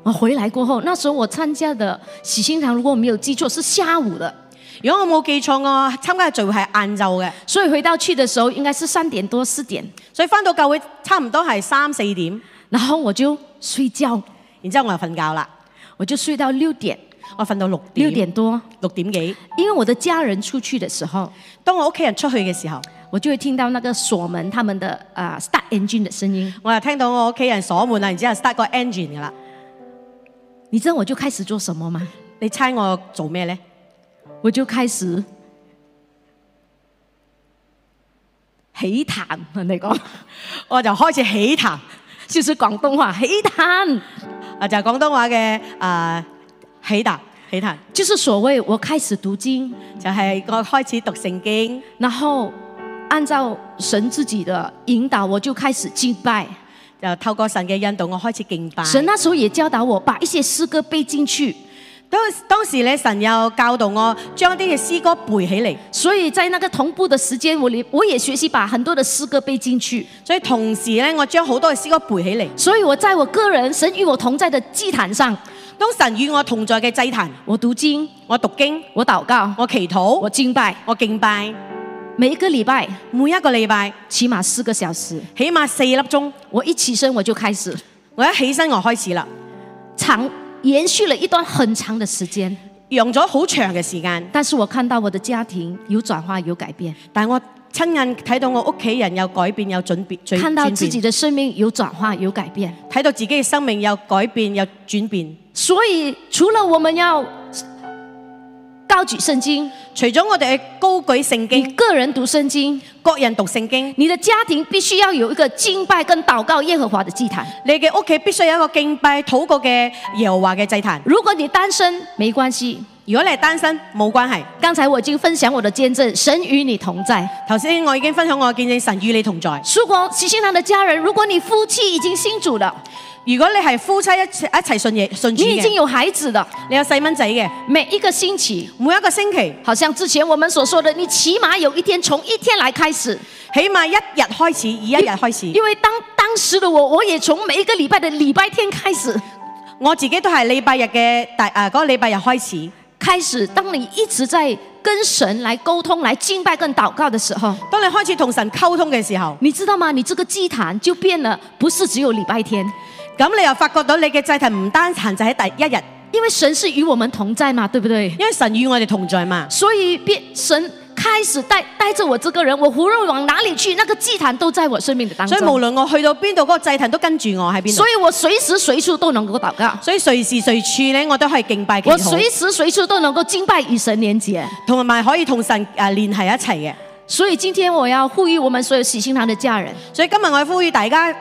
Speaker 1: 我啊回来过后，那时候我参加的喜心堂，如果我没有记错是下午的，
Speaker 2: 如果我冇記錯，我參加嘅聚會係晏晝嘅，
Speaker 1: 所以回到去的时候應該是三點多四點，
Speaker 2: 所以翻到教會差唔多係三四點，
Speaker 1: 然后我就睡覺，
Speaker 2: 然之後我就瞓覺啦，
Speaker 1: 我就睡到六點
Speaker 2: 我瞓到六點。
Speaker 1: 六點多，
Speaker 2: 六點幾，
Speaker 1: 因为我的家人出去的时候，
Speaker 2: 當我屋企人出去嘅時候，
Speaker 1: 我就会听到那个锁门他们的啊、呃 start engine 的聲音，
Speaker 2: 我又聽到我屋企人鎖門啦，然之後 start 個 engine 噶啦。
Speaker 1: 你知道我就开始做什么吗？
Speaker 2: 你猜我做咩呢？
Speaker 1: 我就开始黑谈，你讲
Speaker 2: 我就開始起談，
Speaker 1: 就是广东话黑谈，
Speaker 2: 啊就係廣東話嘅啊起談起談，
Speaker 1: 就是所谓我开始读经，
Speaker 2: 就係、我開始讀聖經，
Speaker 1: 然后按照神自己的引导，我就开始敬拜，
Speaker 2: 誒透過神嘅引導，我開始敬拜。
Speaker 1: 神那啊时候也教导我把一些诗歌背进去，
Speaker 2: 當當時咧，神又教導我將啲嘅詩歌背起嚟，
Speaker 1: 所以在那个同步的时间，我里我也学习把很多的诗歌背进去。
Speaker 2: 所以同時咧，我將好多嘅詩歌背起嚟。
Speaker 1: 所以我在我个人神与我同在的祭坛上，
Speaker 2: 當神與我同在嘅祭壇，
Speaker 1: 我读经，
Speaker 2: 我讀經，
Speaker 1: 我祷告，
Speaker 2: 我祈禱，
Speaker 1: 我敬拜，
Speaker 2: 我敬拜，
Speaker 1: 每一个礼拜
Speaker 2: 每一個禮拜
Speaker 1: 起码四个小时。
Speaker 2: 起碼四粒鐘。
Speaker 1: 我一起身我就开始，
Speaker 2: 我一起身我開始啦，
Speaker 1: 长延续了一段很长的时间。
Speaker 2: 用咗好長嘅時間，
Speaker 1: 但是我看到我的家庭有转化，有改变，
Speaker 2: 但我親眼睇到我屋企人有改變，有準變，轉
Speaker 1: 看到自己
Speaker 2: 轉
Speaker 1: 的生命有转化，有改变。
Speaker 2: 變睇到自己嘅生命有改變，有轉變。
Speaker 1: 所以，除了我们要高举圣经，
Speaker 2: 除咗我哋去高舉聖
Speaker 1: 你
Speaker 2: 經，
Speaker 1: 个人读圣经，
Speaker 2: 各人讀聖經。
Speaker 1: 你的家庭必须要有一个敬拜跟祷告耶和华的祭坛。
Speaker 2: 你嘅屋企必須有一個敬拜禱告嘅耶和華嘅祭壇。
Speaker 1: 如果你单身，没关系。
Speaker 2: 如果你係單身，冇關係。
Speaker 1: 刚才我已经分享我的见证，神与你同在。
Speaker 2: 頭先我已經分享我嘅見證，神與你同在。
Speaker 1: 如果喜信堂的家人，如果你夫妻已经信主了，
Speaker 2: 如果你係夫妻一齊一齊信耶信主
Speaker 1: 你已經
Speaker 2: 嘅，
Speaker 1: 有孩子了，
Speaker 2: 你有細蚊仔嘅，
Speaker 1: 每一个星期，
Speaker 2: 每一個星期
Speaker 1: 好像之前我们所说的，你起码有一天從一天来开始，
Speaker 2: 起碼一日開始，以一日開始。
Speaker 1: 因为当当时的我，我也從每一个礼拜的礼拜天开始，
Speaker 2: 我自己都係禮拜日嘅大啊嗰、個禮拜日開始。
Speaker 1: 开始当你一直在跟神来沟通、来敬拜跟祷告的时候，
Speaker 2: 當你開始同神溝通嘅時候，
Speaker 1: 你知道吗？你这个祭坛就變了，不是只有禮拜天，
Speaker 2: 咁你又發覺到你嘅祭壇唔單限就喺第一日，
Speaker 1: 因為神是與我们同在嘛，对不对？
Speaker 2: 因為神與我哋同在嘛。
Speaker 1: 所以变神开始带带着我这个人，我无论往哪里去，那个祭坛都在我生命的当
Speaker 2: 所
Speaker 1: 中。
Speaker 2: 以無論我去到邊度，嗰、個祭壇都跟住我喺邊度
Speaker 1: 所。以我随时随处都能够祷告，
Speaker 2: 所以隨時隨處咧，我都可以敬拜祈
Speaker 1: 我
Speaker 2: 禱，
Speaker 1: 随时随处都能够敬拜与神连结。
Speaker 2: 同埋可以同神誒聯繫一齊嘅。
Speaker 1: 所以今天我要呼吁我们所有喜信堂的家人，
Speaker 2: 所以今日我呼籲大家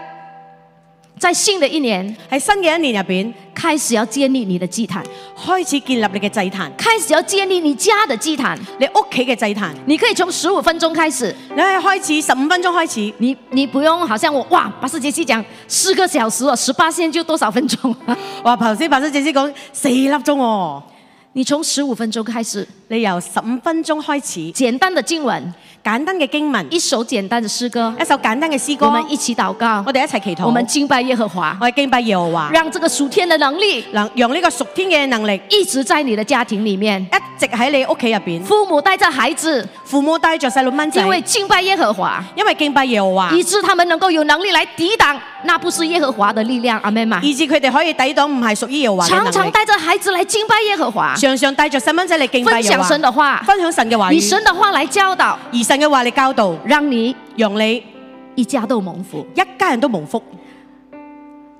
Speaker 1: 在新的一年
Speaker 2: 喺新嘅一年入邊，
Speaker 1: 开始要建立你的祭坛，
Speaker 2: 開始建立你嘅祭壇，
Speaker 1: 开始要建立你家的祭坛。
Speaker 2: 你屋企嘅祭壇，
Speaker 1: 你可以从十五分钟开始，
Speaker 2: 你係開始十五分鐘開始，
Speaker 1: 你你不用好像我哇，巴斯杰西讲四个小时哦，十八线就多少分钟？
Speaker 2: 哇！頭先白生姐姐講四粒鐘喎，
Speaker 1: 你从十五分钟开始，
Speaker 2: 你由十五分鐘開始，
Speaker 1: 简单的经文，
Speaker 2: 簡單嘅經文，
Speaker 1: 一首简单的诗歌，
Speaker 2: 一首簡單嘅詩歌，
Speaker 1: 我们一起祷告
Speaker 2: 我，哋一齊祈禱，
Speaker 1: 哎我们敬拜耶和华，
Speaker 2: 我哋敬拜耶和華，
Speaker 1: 让这个属天的能力
Speaker 2: 能用呢個屬天嘅能力
Speaker 1: 一直在你的家庭里面。
Speaker 2: 一直喺你屋企入邊，
Speaker 1: 父母带着孩子，
Speaker 2: 父母帶着細路蚊仔
Speaker 1: 因，为敬拜耶和华，
Speaker 2: 因為敬拜耶和華。
Speaker 1: 以致他们能够有能力来抵挡那不是耶和华的力量。阿妹嘛，
Speaker 2: 以致佢哋可以抵擋唔係屬於耶和華嘅能
Speaker 1: 常常
Speaker 2: 力
Speaker 1: 带着孩子来敬拜耶和华，
Speaker 2: 常常帶着細蚊仔嚟敬拜
Speaker 1: 分
Speaker 2: 耶
Speaker 1: 享
Speaker 2: 和華，
Speaker 1: 神的话，
Speaker 2: 分享神嘅話
Speaker 1: 以
Speaker 2: 語，
Speaker 1: 神的话来教导，
Speaker 2: 而神嘅話嚟教導，
Speaker 1: 让你
Speaker 2: 讓你
Speaker 1: 一家都蒙福。
Speaker 2: 一家人都蒙福。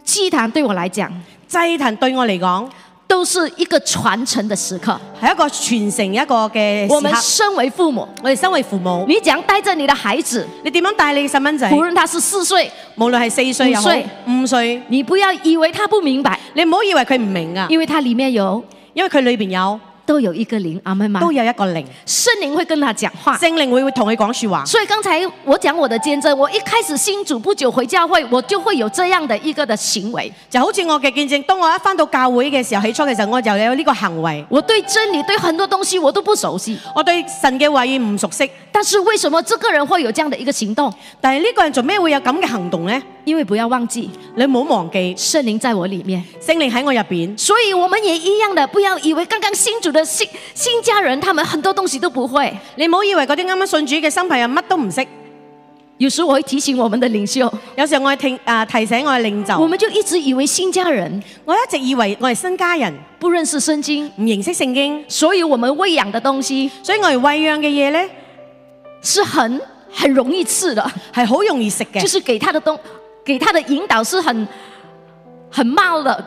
Speaker 1: 祭坛对我来讲，
Speaker 2: 祭壇對我嚟講
Speaker 1: 都是一个传承的时刻。
Speaker 2: 係一個傳承一個嘅
Speaker 1: 我们
Speaker 2: 時刻。
Speaker 1: 身为父母，
Speaker 2: 我哋身為父母，
Speaker 1: 你怎样带着你的孩子，
Speaker 2: 你點樣帶你嘅細蚊仔？
Speaker 1: 无论他是四岁，
Speaker 2: 無論係四歲又好
Speaker 1: 五歲，
Speaker 2: 五歲，
Speaker 1: 你不要以为他不明白，
Speaker 2: 你唔好以為佢唔明啊，
Speaker 1: 因为他里面有
Speaker 2: 因為佢裏邊有
Speaker 1: 都有一个灵。阿妹嘛，
Speaker 2: 都有一個靈，
Speaker 1: 圣灵会跟他讲话。
Speaker 2: 聖靈會同佢講説話。
Speaker 1: 所以刚才我讲我的见证，我一开始新主不久回教会，我就会有这样的一个的行为。
Speaker 2: 就好似我嘅見證，當我一翻到教會嘅時候，起初嘅時候我就有呢個行為。
Speaker 1: 我对真理、对很多东西我都不熟悉，
Speaker 2: 我對神嘅話語唔熟悉，
Speaker 1: 但是为什么这个人会有这样的一个行动？
Speaker 2: 但係呢個人做咩會有咁嘅行動呢？
Speaker 1: 因为不要忘记，
Speaker 2: 你唔好忘記，
Speaker 1: 圣灵在我里面。
Speaker 2: 聖靈喺我入邊，
Speaker 1: 所以我们也一样的，不要以为刚刚新主的新新家人，他们很多东西都不会。
Speaker 2: 你唔好以為嗰啲啱啱信主嘅新朋友乜都唔識。
Speaker 1: 有時候我会提醒我们的领袖，
Speaker 2: 有時候我係聽啊、提醒我嘅領
Speaker 1: 我
Speaker 2: 袖，
Speaker 1: 们就一直以为新家人
Speaker 2: 我一直以為我係新家人，
Speaker 1: 不认识圣经，
Speaker 2: 唔認識聖經，
Speaker 1: 所以我们喂养的东西
Speaker 2: 所以我哋餵養嘅嘢呢
Speaker 1: 是很很容易吃的。
Speaker 2: 係好容易食嘅
Speaker 1: 就，是给他的东，给他的引导是很很冒的。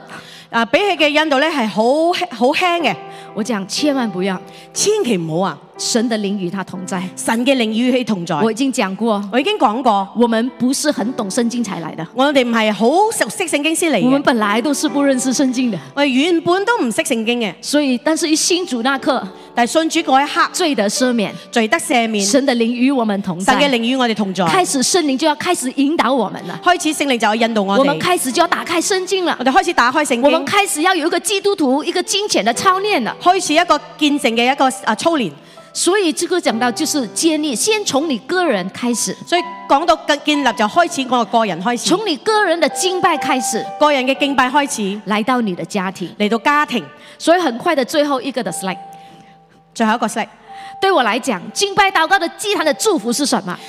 Speaker 2: 啊俾佢嘅引導呢係好輕好輕嘅，
Speaker 1: 我讲千万不要，
Speaker 2: 千祈唔好啊！
Speaker 1: 神的灵与他同在。
Speaker 2: 神嘅靈與佢同在。
Speaker 1: 我已经讲过，
Speaker 2: 我已經講過，
Speaker 1: 我们不是很懂圣经才来的，
Speaker 2: 我哋唔係好熟悉聖經師嚟
Speaker 1: 我们
Speaker 2: 嘅，
Speaker 1: 本来都是不认识圣经的。
Speaker 2: 我哋原本都唔識聖經嘅，
Speaker 1: 所以，但是一信主那刻，
Speaker 2: 但係信主嗰一刻，
Speaker 1: 罪得赦免，
Speaker 2: 罪得赦免，神
Speaker 1: 神的灵与我们同
Speaker 2: 嘅
Speaker 1: 在。
Speaker 2: 靈與我哋同在。
Speaker 1: 开始，圣灵就要开始引导我们了。
Speaker 2: 開始聖靈就有引導我
Speaker 1: 我们
Speaker 2: 哋，
Speaker 1: 开始就要打开圣经了
Speaker 2: 我。哋開始打開聖
Speaker 1: 我们
Speaker 2: 經，
Speaker 1: 开始要有一个基督徒一个金钱的操练了。
Speaker 2: 開始一個見證嘅一個啊操練。
Speaker 1: 所以这个讲到就是建立，先从你个人开始，
Speaker 2: 所以講到建建立就開始我個人開始，
Speaker 1: 从你个人的敬拜开始，
Speaker 2: 個人嘅敬拜開始，
Speaker 1: 来到你的家庭。
Speaker 2: 嚟到家庭，
Speaker 1: 所以很快的最后一个的 slide，
Speaker 2: 最後一個 slide。
Speaker 1: 对我来讲，敬拜祷告的祭坛的祝福是什么？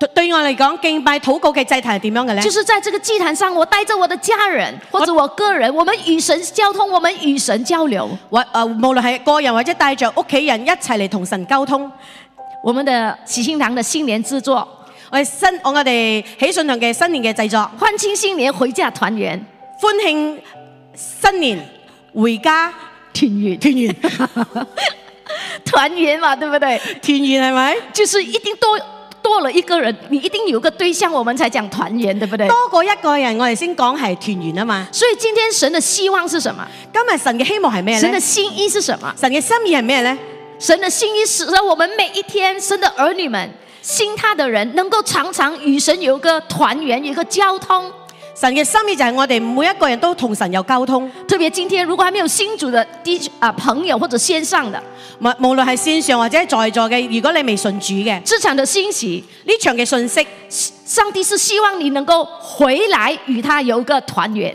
Speaker 2: 對對我嚟講，敬拜禱告嘅祭壇係點樣嘅呢？
Speaker 1: 就是在这个祭坛上，我带着我的家人或者我个人，我们与神交通，我们与神交流。
Speaker 2: 或呃，無論係個人或者帶着屋企人一齊嚟同神溝通。
Speaker 1: 我们的喜庆堂的新年制作，
Speaker 2: 我哋新我哋喜信堂嘅新年嘅製作，
Speaker 1: 欢庆新年，回家团圆，
Speaker 2: 歡慶新年回家
Speaker 1: 团圆，
Speaker 2: 團圓，
Speaker 1: 团圆嘛，对不对？
Speaker 2: 團圓係咪？
Speaker 1: 就是一定多多了一个人，你一定有个对象，我们才讲团圆，对不对？
Speaker 2: 多過一個人，我哋先講係團圓啊嘛。
Speaker 1: 所以今天神的希望是什么？
Speaker 2: 今日神嘅希望係咩
Speaker 1: 神的
Speaker 2: 呢？
Speaker 1: 心意是什么？
Speaker 2: 神嘅心意係咩呢？
Speaker 1: 神的心意使得我们每一天，神的儿女们。信他的人能够常常与神有一个团圆，有一个交通。
Speaker 2: 神嘅心意就係我哋每一個人都同神有溝通，
Speaker 1: 特别今天如果还没有新主的弟啊、朋友或者线上的
Speaker 2: 無無論係線上或者係在座嘅，如果你未信主嘅，
Speaker 1: 这场的欣喜，
Speaker 2: 呢場嘅信息，
Speaker 1: 上帝是希望你能够回来与他有一个团圆，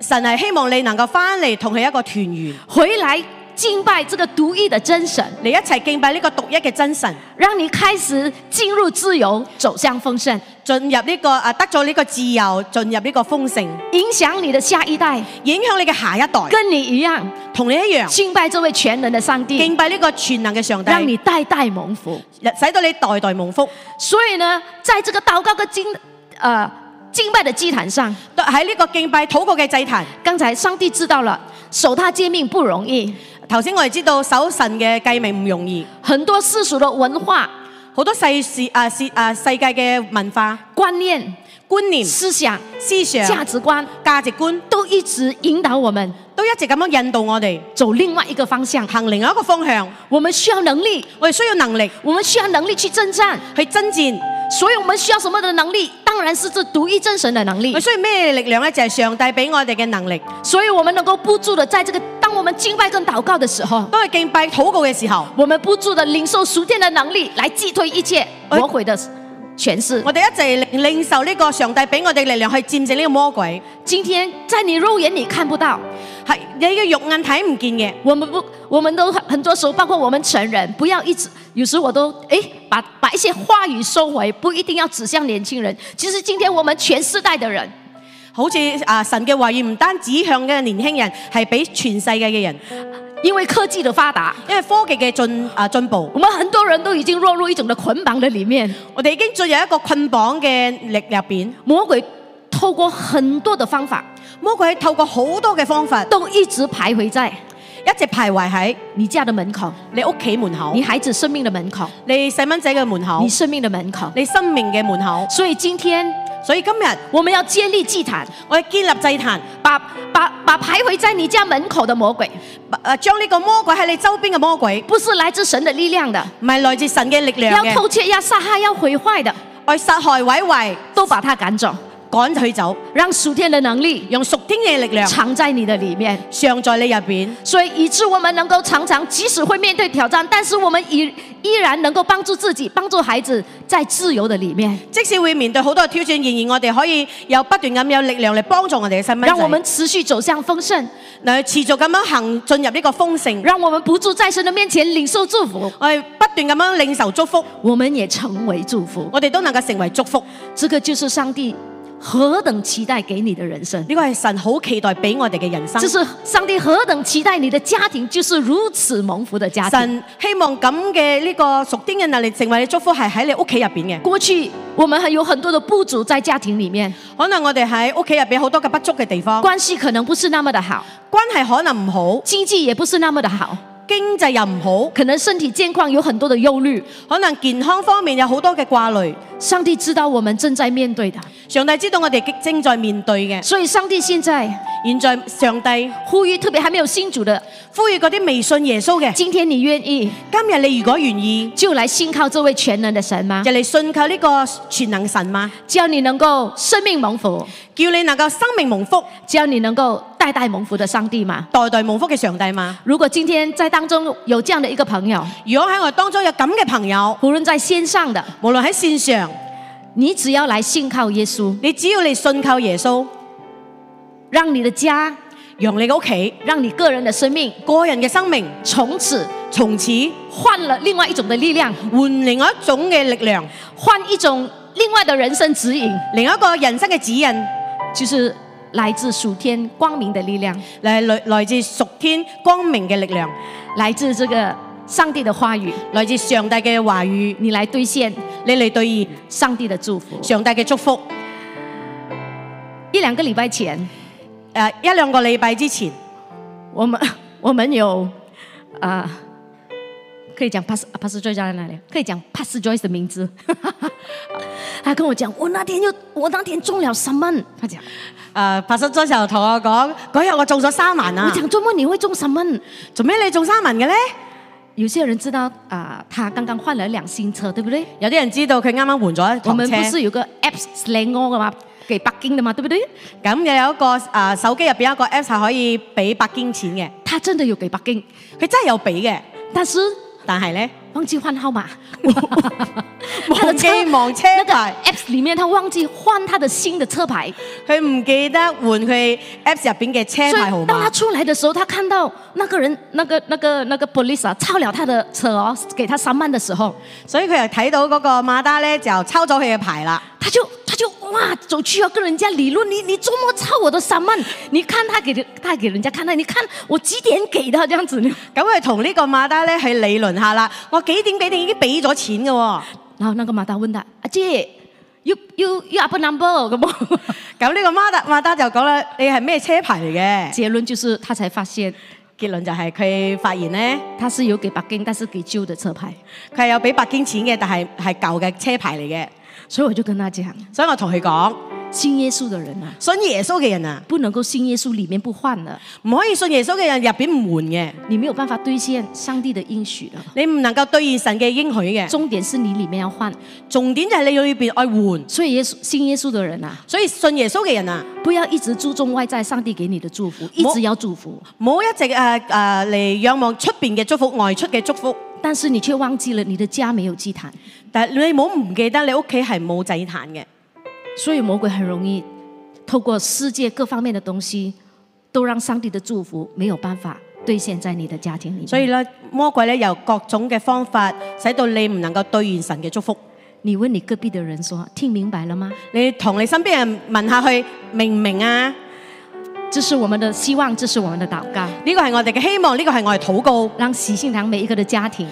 Speaker 2: 神係希望你能夠翻嚟同佢一個團圓，
Speaker 1: 回来敬拜这个独一的真神，
Speaker 2: 你一齊敬拜呢個獨一嘅真神，
Speaker 1: 让你开始进入自由，走向丰盛，
Speaker 2: 進入呢、個啊得咗呢個自由，進入呢個豐盛。
Speaker 1: 影响你的下一代，
Speaker 2: 影響你嘅下一代，
Speaker 1: 跟你一样
Speaker 2: 同你一樣
Speaker 1: 敬拜这位全能的上帝，
Speaker 2: 敬拜呢個全能嘅上帝，
Speaker 1: 让你代代蒙福。
Speaker 2: 使到你代代蒙福。
Speaker 1: 所以呢，在这个祷告跟敬呃敬拜的祭坛上，
Speaker 2: 喺呢個敬拜禱告嘅祭壇，
Speaker 1: 刚才上帝知道了，守他诫命不容易，
Speaker 2: 頭先我哋知道守神嘅計命唔容易，
Speaker 1: 很多世俗的文化
Speaker 2: 好多世事啊世啊世界嘅文化
Speaker 1: 观念、
Speaker 2: 觀念、
Speaker 1: 思想、
Speaker 2: 思
Speaker 1: 价
Speaker 2: 想、
Speaker 1: 值观
Speaker 2: 價值觀
Speaker 1: 都一直引导我们
Speaker 2: 都一直咁樣引導我哋
Speaker 1: 走另外一个方向。
Speaker 2: 行另外一個方向。
Speaker 1: 我们需要能力，
Speaker 2: 我哋需要能力
Speaker 1: 我们需要能力去征战，
Speaker 2: 去征戰，
Speaker 1: 所以我们需要什么的能力？当然是这独一真神的能力
Speaker 2: 我。需要咩力量呢？就係上帝俾我哋嘅能力。
Speaker 1: 所以我们能够不住的在这个，当我们敬拜跟祷告的时候，
Speaker 2: 當佢敬拜禱告嘅時候，
Speaker 1: 我们不住的领受属天的能力，来击退一切
Speaker 2: 哎
Speaker 1: 魔鬼的权势。
Speaker 2: 我哋一直領領受呢個上帝俾我哋力量去戰勝呢個魔鬼。
Speaker 1: 今天在你肉眼里看不到，
Speaker 2: 係你嘅肉眼睇唔見嘅。
Speaker 1: 我们不，我们都很多时候，包括我们成人，不要一直，有时我都哎，把把一些话语收回，不一定要指向年轻人。其实今天我们全世代的人，
Speaker 2: 好似啊神嘅話語唔單指向嘅年輕人，係俾全世界嘅人，
Speaker 1: 因为科技的发达，
Speaker 2: 因為科技嘅進啊進步，
Speaker 1: 我们很多人都已经落入一种的捆綁的里面。
Speaker 2: 我哋已經進入一個捆綁嘅力入邊。
Speaker 1: 魔鬼透过很多的方法，
Speaker 2: 魔鬼透過好多嘅方法，
Speaker 1: 都一直徘徊在
Speaker 2: 一直徘徊喺
Speaker 1: 你家的门口、
Speaker 2: 你屋企門口
Speaker 1: 你、孩子生命的门口、
Speaker 2: 你細蚊仔嘅門口
Speaker 1: 你、生命的门口。
Speaker 2: 你生命嘅門口。
Speaker 1: 所以今天
Speaker 2: 所以今日
Speaker 1: 我们要建立祭坛，
Speaker 2: 我哋建立祭壇，
Speaker 1: 把把把徘徊在你家门口的魔鬼，
Speaker 2: 啊將呢個魔鬼喺你周邊嘅魔鬼，
Speaker 1: 不是来自神的力量的，
Speaker 2: 唔係來自神嘅力量
Speaker 1: 要
Speaker 2: 嘅，
Speaker 1: 偷窃、要杀害、要毁坏的，
Speaker 2: 去殺害毀壞，
Speaker 1: 都把它赶走，
Speaker 2: 趕佢走，
Speaker 1: 让属天的能力
Speaker 2: 用屬天嘅力量
Speaker 1: 藏在你的里面。
Speaker 2: 上在你入邊。
Speaker 1: 所以以致我们能够常常，即使会面对挑战，但是我们依依然能够帮助自己，帮助孩子在自由的里面，
Speaker 2: 即使會面對好多挑戰，然而我哋可以有不斷咁有力量嚟幫助我哋嘅細
Speaker 1: 让我
Speaker 2: 蚊
Speaker 1: 们
Speaker 2: 仔，
Speaker 1: 持续走向丰盛，
Speaker 2: 嗱持續咁樣行進入呢個豐盛，
Speaker 1: 让我们不住在神的面前领受祝福，
Speaker 2: 我哋不斷咁樣領受祝福，
Speaker 1: 我们也成为祝福。
Speaker 2: 我哋都能夠成為祝福。
Speaker 1: 这个就是上帝何等期待给你的人生，
Speaker 2: 呢個係神好期待俾我哋嘅人生
Speaker 1: 这。是上帝何等期待你的家庭就是如此蒙福的家庭。
Speaker 2: 神希望咁嘅呢個屬天嘅能力成為你祝福，係喺你屋企入邊嘅。
Speaker 1: 过去我们还有很多的不足在家庭里面，
Speaker 2: 可能我哋喺屋企入邊好多嘅不足嘅地方，
Speaker 1: 关系可能不是那么的好，
Speaker 2: 關係可能唔好，
Speaker 1: 经济也不是那么的好，
Speaker 2: 經濟又唔好，
Speaker 1: 可能身体健康有很多的忧虑。
Speaker 2: 可能健康方面有好多嘅掛慮。
Speaker 1: 上帝知道我们正在面对的，
Speaker 2: 上帝知道我哋正在面對嘅，
Speaker 1: 所以上帝現在
Speaker 2: 現在上帝
Speaker 1: 呼吁，特别还没有信主的，
Speaker 2: 呼籲嗰啲未信耶穌嘅，
Speaker 1: 今天你愿意
Speaker 2: 今日你如果願意，
Speaker 1: 就来信靠这位全能的神吗
Speaker 2: 就？嚟信靠呢個全能神嘛，
Speaker 1: 只要你能够生命蒙福，
Speaker 2: 叫你能夠生命蒙福，
Speaker 1: 只要你能够代代蒙福的上帝嘛。
Speaker 2: 代代蒙福嘅上帝嘛。
Speaker 1: 如果今天在当中有这样的一个朋友，
Speaker 2: 如果喺我哋當中有咁嘅朋友，
Speaker 1: 无论在线上的，
Speaker 2: 無論喺線上，
Speaker 1: 你只要来信靠耶稣，
Speaker 2: 你只要你信靠耶穌，
Speaker 1: 让你的家，
Speaker 2: 讓你嘅屋企、
Speaker 1: 让你个人的生命
Speaker 2: 個人嘅生命，
Speaker 1: 从此
Speaker 2: 從此
Speaker 1: 换了另外一种的力量，
Speaker 2: 換另外一種嘅力量，
Speaker 1: 换一种另外的人生指引，
Speaker 2: 另外一個人生嘅指引。
Speaker 1: 就是来自属天光明的力量，
Speaker 2: 嚟來來自屬天光明嘅力量，
Speaker 1: 来自这个上帝的话语，
Speaker 2: 來自上帝嘅話語，
Speaker 1: 你来兑现
Speaker 2: 你嚟兑現
Speaker 1: 上帝的祝福。
Speaker 2: 上帝嘅祝福。
Speaker 1: 一两个礼拜前，
Speaker 2: 誒、一兩個禮拜之前，
Speaker 1: 我们 我们有啊、可以讲 Pass Pass Joyce 在哪里？可以讲 Pass Joyce 的名字。 他跟我讲，我那天又我那天中了什么？他讲，
Speaker 2: 誒拍失呃咗時候同我講，嗰日我中咗三萬
Speaker 1: 我
Speaker 2: 啊！
Speaker 1: 讲周末你会中什么？
Speaker 2: 做咩你中三萬嘅咧？
Speaker 1: 有些人知道啊、他刚刚换了辆新车，对不对？
Speaker 2: 有啲人知道佢啱啱換咗一
Speaker 1: 我们不
Speaker 2: 台車，
Speaker 1: 是有个 Apps Slango 的嘛，给北京的嘛，对不对？
Speaker 2: 咁又有一個誒、啊手機入邊有一個 Apps 係可以俾百堅錢嘅，
Speaker 1: 他真的有给北京，
Speaker 2: 佢真係有俾嘅，
Speaker 1: 但是
Speaker 2: 但係咧
Speaker 1: 忘记换号码，
Speaker 2: 忘記忘車
Speaker 1: 那个
Speaker 2: 牌，
Speaker 1: Apps 里面他忘记换他的新的车牌，
Speaker 2: 佢唔記得換佢 Apps 入邊嘅車
Speaker 1: 所以
Speaker 2: 牌號
Speaker 1: 当他
Speaker 2: 碼。
Speaker 1: 出来的时候，他看到那个人，那个那个那个 police 啊，抄了他的车哦，给他三万的时候，
Speaker 2: 所以佢又睇到嗰個馬達咧就抄咗佢嘅牌啦。
Speaker 1: 他就他就哇走去要跟人家理论，你你周末抄我的三万，你看他给他给人家看到，你看我几点给的这样子，
Speaker 2: 咁佢同呢個馬達咧去理論下啦。我幾點幾點已經俾咗錢嘅喎。
Speaker 1: 然后那个马达问他，阿姐，you you you up a number 咁哦，
Speaker 2: 咁呢個馬達馬達就講啦，你係咩車牌嚟嘅？
Speaker 1: 结论就是他才发现
Speaker 2: 結論就係佢發現咧，
Speaker 1: 他是有给白金，但是给旧的车牌，
Speaker 2: 佢係有俾白堅錢嘅，但係係舊嘅車牌嚟嘅。
Speaker 1: 所以我就跟他讲，
Speaker 2: 所以我同佢講，
Speaker 1: 信耶稣的人啊，
Speaker 2: 信耶穌嘅人啊，
Speaker 1: 不能够信耶稣里面不换的。
Speaker 2: 唔可以信耶穌嘅人入邊唔換嘅，
Speaker 1: 你没有办法兑现上帝的应许的。
Speaker 2: 你唔能夠兑現神嘅應許嘅。
Speaker 1: 重點是你里面要换，
Speaker 2: 重點就係你裏邊愛換。
Speaker 1: 所以耶穌信耶稣的人啊，
Speaker 2: 所以信耶穌嘅人啊，
Speaker 1: 不要一直注重外在上帝給你的祝福，一直要祝福，
Speaker 2: 唔好一直誒誒嚟仰望出邊嘅祝福，外出嘅祝福。
Speaker 1: 但是你卻忘記了你的家沒有祭壇，
Speaker 2: 但係你唔好唔記得，你屋企係冇祭壇嘅。
Speaker 1: 所以魔鬼很容易透過世界各方面的東西，都讓上帝的祝福沒有辦法兑現在你的家庭里
Speaker 2: 所
Speaker 1: 面。
Speaker 2: 以咧，魔鬼咧由各種嘅方法，使到你唔能夠兑現神嘅祝福。
Speaker 1: 你問你隔壁的人說：聽明白了嗎？
Speaker 2: 你同你身邊人問下去，明唔明啊？
Speaker 1: 這是我們的希望，這是我們的禱告，
Speaker 2: 呢個係我哋嘅希望，呢、個係我哋禱告，
Speaker 1: 讓喜信堂每一個的家庭，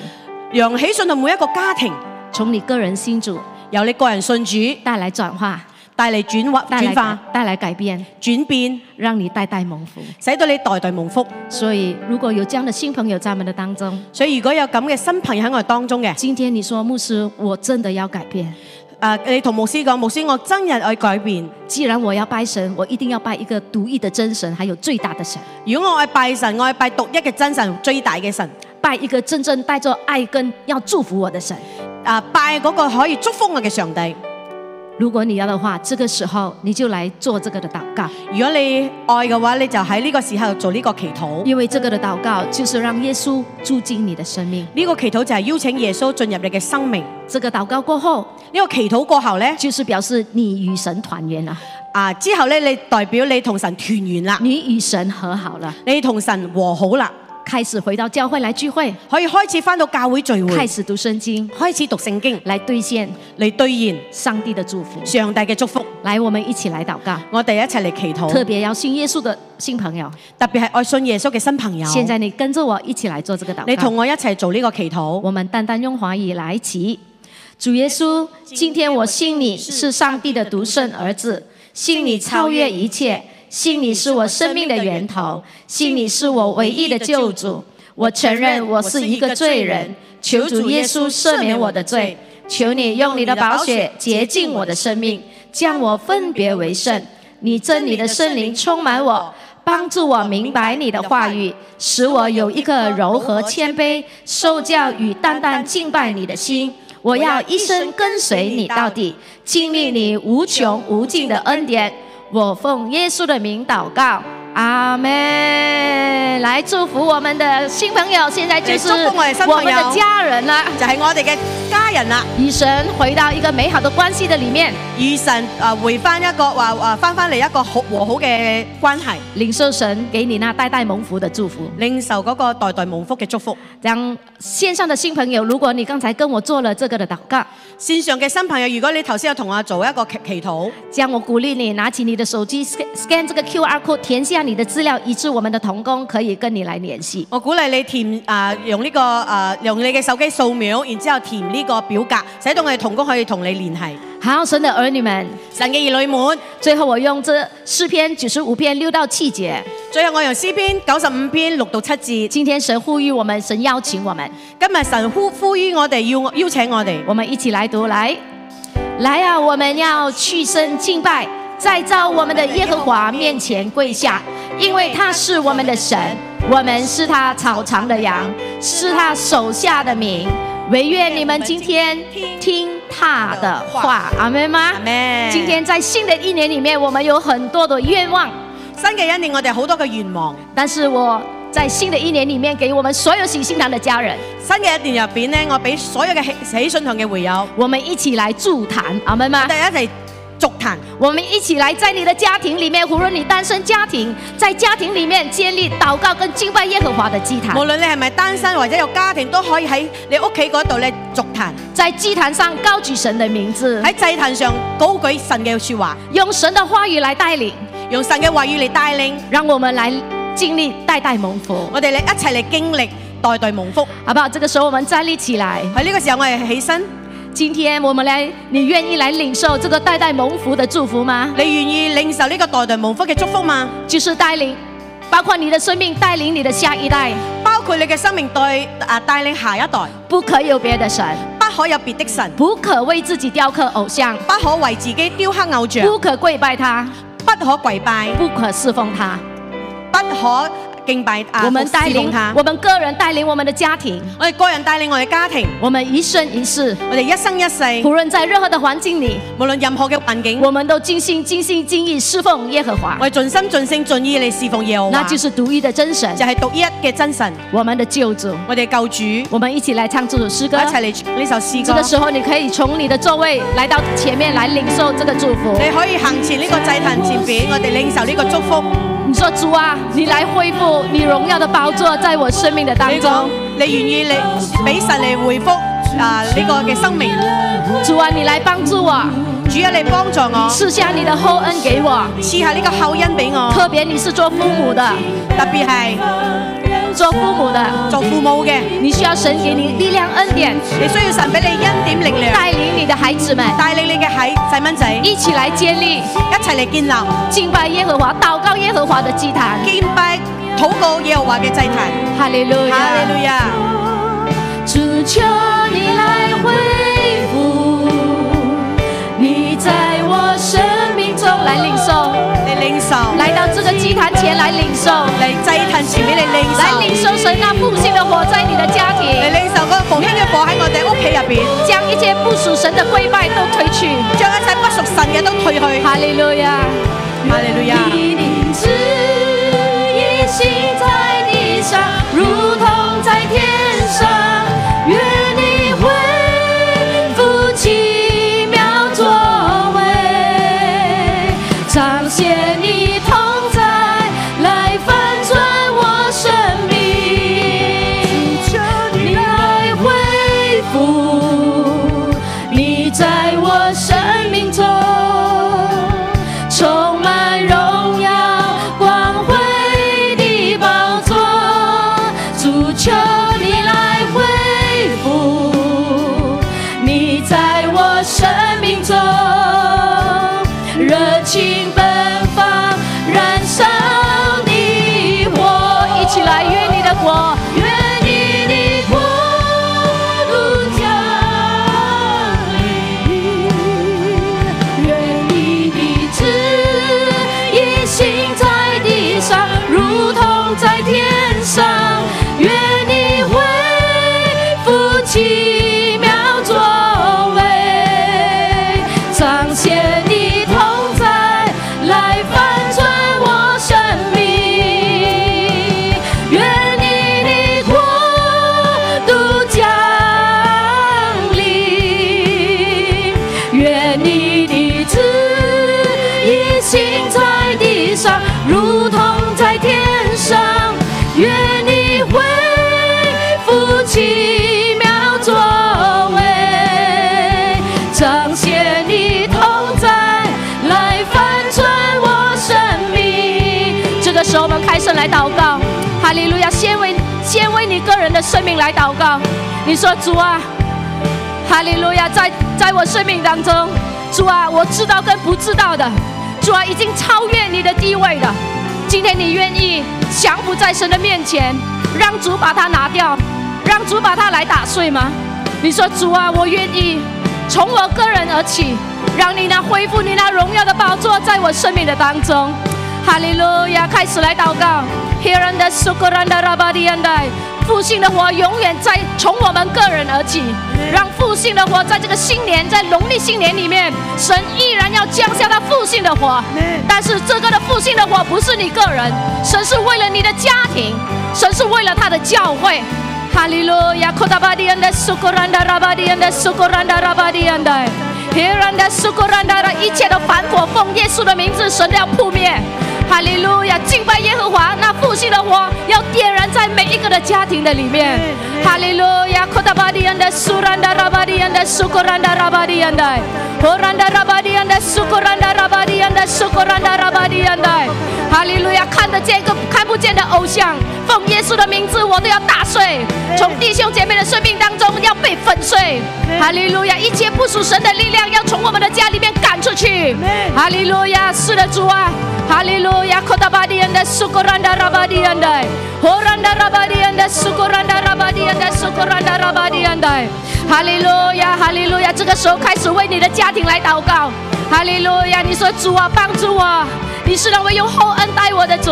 Speaker 2: 讓喜信到每一個家庭，
Speaker 1: 從你個人信主
Speaker 2: 由你個人信主
Speaker 1: 帶來轉化，
Speaker 2: 帶嚟轉化、
Speaker 1: 帶來
Speaker 2: 轉
Speaker 1: 改
Speaker 2: 化、
Speaker 1: 帶來改變。
Speaker 2: 轉變，
Speaker 1: 让你代代蒙福。
Speaker 2: 使到你代代蒙福。
Speaker 1: 所以，如果有这样的新朋友在我们的当中，
Speaker 2: 所以如果有咁嘅新朋友喺我哋當中嘅，誒、呃
Speaker 1: 今天你说牧师，我真的要改变。
Speaker 2: 你同牧師講，牧師我真人愛改變。
Speaker 1: 既然我要拜神，我一定要拜一个独一的真神，還有最大的神，
Speaker 2: 如果我愛拜神，我愛拜獨一嘅真神，最大嘅神。
Speaker 1: 拜一个真正带着爱跟要祝福我的神。
Speaker 2: 啊！拜嗰個可以祝福我嘅上帝。
Speaker 1: 如果你要的话，这个时候你就来做这个的祷告，
Speaker 2: 如果你愛嘅話，你就喺呢個時候做呢個祈禱。呢、
Speaker 1: 因为这个的祷告就是让耶稣住进你的生命。
Speaker 2: 個祈禱就係邀請耶穌進入你嘅生命。呢、
Speaker 1: 这个祷告过后，
Speaker 2: 個祈禱過後呢，
Speaker 1: 就是表示你与神团圆了，
Speaker 2: 啊之後呢，你代表你同神團圓啦，
Speaker 1: 你与神和好了，
Speaker 2: 你同神和好啦，
Speaker 1: 开始回到教会来聚会，
Speaker 2: 可以開始翻到教會聚
Speaker 1: 开
Speaker 2: 會，
Speaker 1: 始读圣经，
Speaker 2: 開始讀聖經
Speaker 1: 来兑现
Speaker 2: 嚟兌
Speaker 1: 上帝的祝福。
Speaker 2: 現上帝嘅祝福。
Speaker 1: 来，我们一起来祷告，
Speaker 2: 我哋一齊嚟祈禱，
Speaker 1: 特別要信耶穌的新朋友，
Speaker 2: 特別係愛信耶穌嘅新朋友。
Speaker 1: 現在你跟着我一起來做這個
Speaker 2: 你
Speaker 1: 祷
Speaker 2: 同
Speaker 1: 告。
Speaker 2: 我一齊做呢個祈禱。
Speaker 1: 我们单单用华语来起。主耶稣，今天我信你是上帝的独生儿子，信你超越一切，信你是我生命的源头，信你是我唯一的救主。我承认我是一个罪人，求主耶稣赦免我的罪。求你用你的宝血洁净我的生命，将我分别为圣。你真理的圣灵充满我，帮助我明白你的话语，使我有一个柔和谦卑、受教与淡淡敬拜你的心。我要一生跟随你到底，经历你无穷无尽的恩典。我奉耶稣的名祷告，阿门。来祝福我们的新朋友，现在就是
Speaker 2: 来祝福我哋新朋友
Speaker 1: 我们的家人啦。
Speaker 2: 就係我哋嘅家人啦。
Speaker 1: 与神回到一个美好的关系的里面，
Speaker 2: 與神啊回翻一個話啊翻翻嚟一個好和好嘅關係，
Speaker 1: 领受神给你那代代蒙福的祝福。
Speaker 2: 領受嗰個代代蒙福嘅祝福。
Speaker 1: 让线上的新朋友，如果你刚才跟我做了这个的祷告，
Speaker 2: 線上嘅新朋友，如果你頭先有同我做一個祈祈禱，
Speaker 1: 这样我鼓励你拿起你的手机 scan scan 这个 QR code，填下你的资料，以致我们的童工可以跟你来联系。
Speaker 2: 我鼓勵你填啊用呢、個啊用你嘅手機掃描，然之後填呢個表格，使到我哋童工可以同你聯繫。
Speaker 1: 好，神的儿女们，
Speaker 2: 神嘅兒女們，
Speaker 1: 最后我用这诗篇九十五篇六到七节，
Speaker 2: 最後我用詩篇九十五篇六到七節，
Speaker 1: 今天神呼吁我们，神邀请我们，
Speaker 2: 今日神呼呼籲我哋要邀請我哋，
Speaker 1: 我们一起来读，来，来啊！我们要去身敬拜，在造我们的耶和华面前跪下，因为他是我们的神，我们是他草场的羊，是他手下的民。唯愿你们今天听他的话，阿门吗？
Speaker 2: 咩？
Speaker 1: 今天在新的一年里面，我们有很多的愿望，
Speaker 2: 新嘅一年，我哋好多嘅願望。
Speaker 1: 但是我在新的一年里面，给我们所有喜信堂的家人，
Speaker 2: 新嘅一年入邊咧，我俾所有嘅喜喜信堂嘅會友，
Speaker 1: 我们一起来助坛，阿门吗
Speaker 2: 我？哋一齊續談，
Speaker 1: 我们一起来在你的家庭里面，无论你单身家庭，在家庭里面建立祷告跟敬拜耶和华的祭坛
Speaker 2: 無，論你係咪單身或者有家庭，都可以喺你屋企嗰度咧續談，
Speaker 1: 在祭坛上高举神的名字，
Speaker 2: 喺祭壇上高舉神嘅説話，
Speaker 1: 用神的话语来带领，
Speaker 2: 用神嘅話語嚟帶領
Speaker 1: 让我们来经历代代蒙福，
Speaker 2: 我哋嚟一齊嚟經歷代代蒙福。
Speaker 1: 好不好？这个时候我们站立起来，
Speaker 2: 喺呢個時候，我哋起身，
Speaker 1: 今天我们来，你愿意来领受这个代代蒙福的祝福吗？
Speaker 2: 你願意領受呢個代代蒙福嘅祝福嘛？
Speaker 1: 就是带领，包括你的生命带领你的下一代，
Speaker 2: 包括你嘅生命對啊帶領下一代，
Speaker 1: 不可有别的神，
Speaker 2: 不可有別的神，
Speaker 1: 不可为自己雕刻偶像，
Speaker 2: 不可為自己雕刻偶像，
Speaker 1: 不可跪拜他，
Speaker 2: 不可跪拜，
Speaker 1: 不可侍奉他。
Speaker 2: 不可敬拜啊，
Speaker 1: 我们
Speaker 2: 服侍
Speaker 1: 带领
Speaker 2: 奉他
Speaker 1: 我们个人带领我们的家庭，
Speaker 2: 我哋個人帶領我哋家庭，
Speaker 1: 我们一生一世，
Speaker 2: 我哋一生一世，
Speaker 1: 无论在任何的环境里，
Speaker 2: 無論任何嘅環境，
Speaker 1: 我们都尽心尽心尽意侍奉耶和华，
Speaker 2: 我哋盡心盡性盡意嚟侍奉耶和華，
Speaker 1: 那就是独一的真神，
Speaker 2: 就係獨一嘅真神，
Speaker 1: 我们的救主。
Speaker 2: 我哋救主，
Speaker 1: 我们一起来唱这首诗歌
Speaker 2: 我。一齊嚟呢首詩
Speaker 1: 这
Speaker 2: 歌
Speaker 1: 个。时候，你可以从你的座位来到前面来领受这个祝福。
Speaker 2: 你可以行前呢個祭壇前邊，我哋領受呢個祝福。
Speaker 1: 你说：“主啊，你来恢复你荣耀的宝座在我生命的当
Speaker 2: 你講
Speaker 1: 中。，
Speaker 2: 你願意你俾神嚟回覆啊呢個嘅生命。
Speaker 1: 主啊，你来帮助我，
Speaker 2: 主啊，你幫助我，
Speaker 1: 赐下你的厚恩给我。
Speaker 2: 賜下呢個厚恩俾我。
Speaker 1: 特别你是做父母的，
Speaker 2: 特別係
Speaker 1: 做父母的，
Speaker 2: 做父母嘅，
Speaker 1: 你需要神给你力量、恩典，
Speaker 2: 你需要神俾你恩典力量，
Speaker 1: 带领你的孩子们
Speaker 2: 帶領你嘅喺細蚊仔
Speaker 1: 一起来建立
Speaker 2: 一齊嚟建立。
Speaker 1: 敬拜耶和华、祷告耶和华的祭坛。
Speaker 2: 敬拜、禱告耶和華嘅祭壇。
Speaker 1: 哈利路
Speaker 2: 哈利
Speaker 1: 亚！
Speaker 2: 路亞！
Speaker 1: 主求你来恢复，你在我生命中来领受，
Speaker 2: 你領受，
Speaker 1: 来到这个祭坛前来领受，
Speaker 2: 嚟祭壇前面你領
Speaker 1: 来
Speaker 2: 受，
Speaker 1: 领受神那复兴的火在你的家
Speaker 2: 你
Speaker 1: 庭，
Speaker 2: 領受嗰個復興嘅火喺我哋屋企入邊，
Speaker 1: 将一切不属神的跪拜都推去。
Speaker 2: 將一切不屬神嘅都退去。
Speaker 1: 哈利路亚！
Speaker 2: 哈利路亞！
Speaker 1: 你灵旨意行在地上，如同在天上。愿你恢复奇妙作为，彰显你同在，来翻转我生命。你来恢复，你在我生命中充满荣耀光辉的宝座，主求你来恢复，你在我生命中热情奔放，燃烧的火，一起来，愿你的火，愿。奇妙作为，彰显你同在，来翻转我生命。愿你的国度降临，愿你的旨意行在地上，如同在天上。愿你恢复奇妙作为，彰显你同在，来翻转我生命。这个时候，我们开声来祷告，哈利路亚！先为先为你个人的生命来祷告，你说主啊。哈利路亚，在在我生命当中，主啊，我知道跟不知道的，主啊，已经超越你的地位了。今天你愿意降服在神的面前，让主把它拿掉，让主把它来打碎吗？你说主啊，我愿意从我个人而起，让你那恢复你那荣耀的宝座在我生命的当中。哈利路亚！开始来祷告。Hiranda sukuranda rabadianda，复兴的火永远在从我们个人而起，让复兴的火在这个新年，在农历新年里面，神依然要降下他复兴的火。但是这个的复兴的火不是你个人，神是为了你的家庭，神是为了他的教会。哈利路亚！Kodabadianda sukuranda rabadianda sukuranda rabadianda。Hiranda sukuranda 的一切的反火，奉耶稣的名字，神都要扑灭。哈利路亚！敬拜耶和华，那复兴的火要点燃在每一个的家庭的里面。哈利路亚！Kodabadianda suranda rabadianda sukuranda rabadianda。Horanda rabadianda sukuranda rabadianda sukuranda rabadianda。哈利路亚！看得见跟看不见的偶像，奉耶稣的名字，我都要打碎，从弟兄姐妹的生命当中要被粉碎。哈利路亚！一切不属神的力量要从我们的家里面赶出去。哈利路亚！是的，主啊！哈利路亚！Kodabadianda sukuranda rabadianda。Horanda rabadianda sukuranda rabadianda sukuranda rabadianda。哈利路亚！哈利路亚！这个时候开始为你的家庭来祷告。哈利路亚！你说主啊，帮助我，你是那位用厚恩待我的主。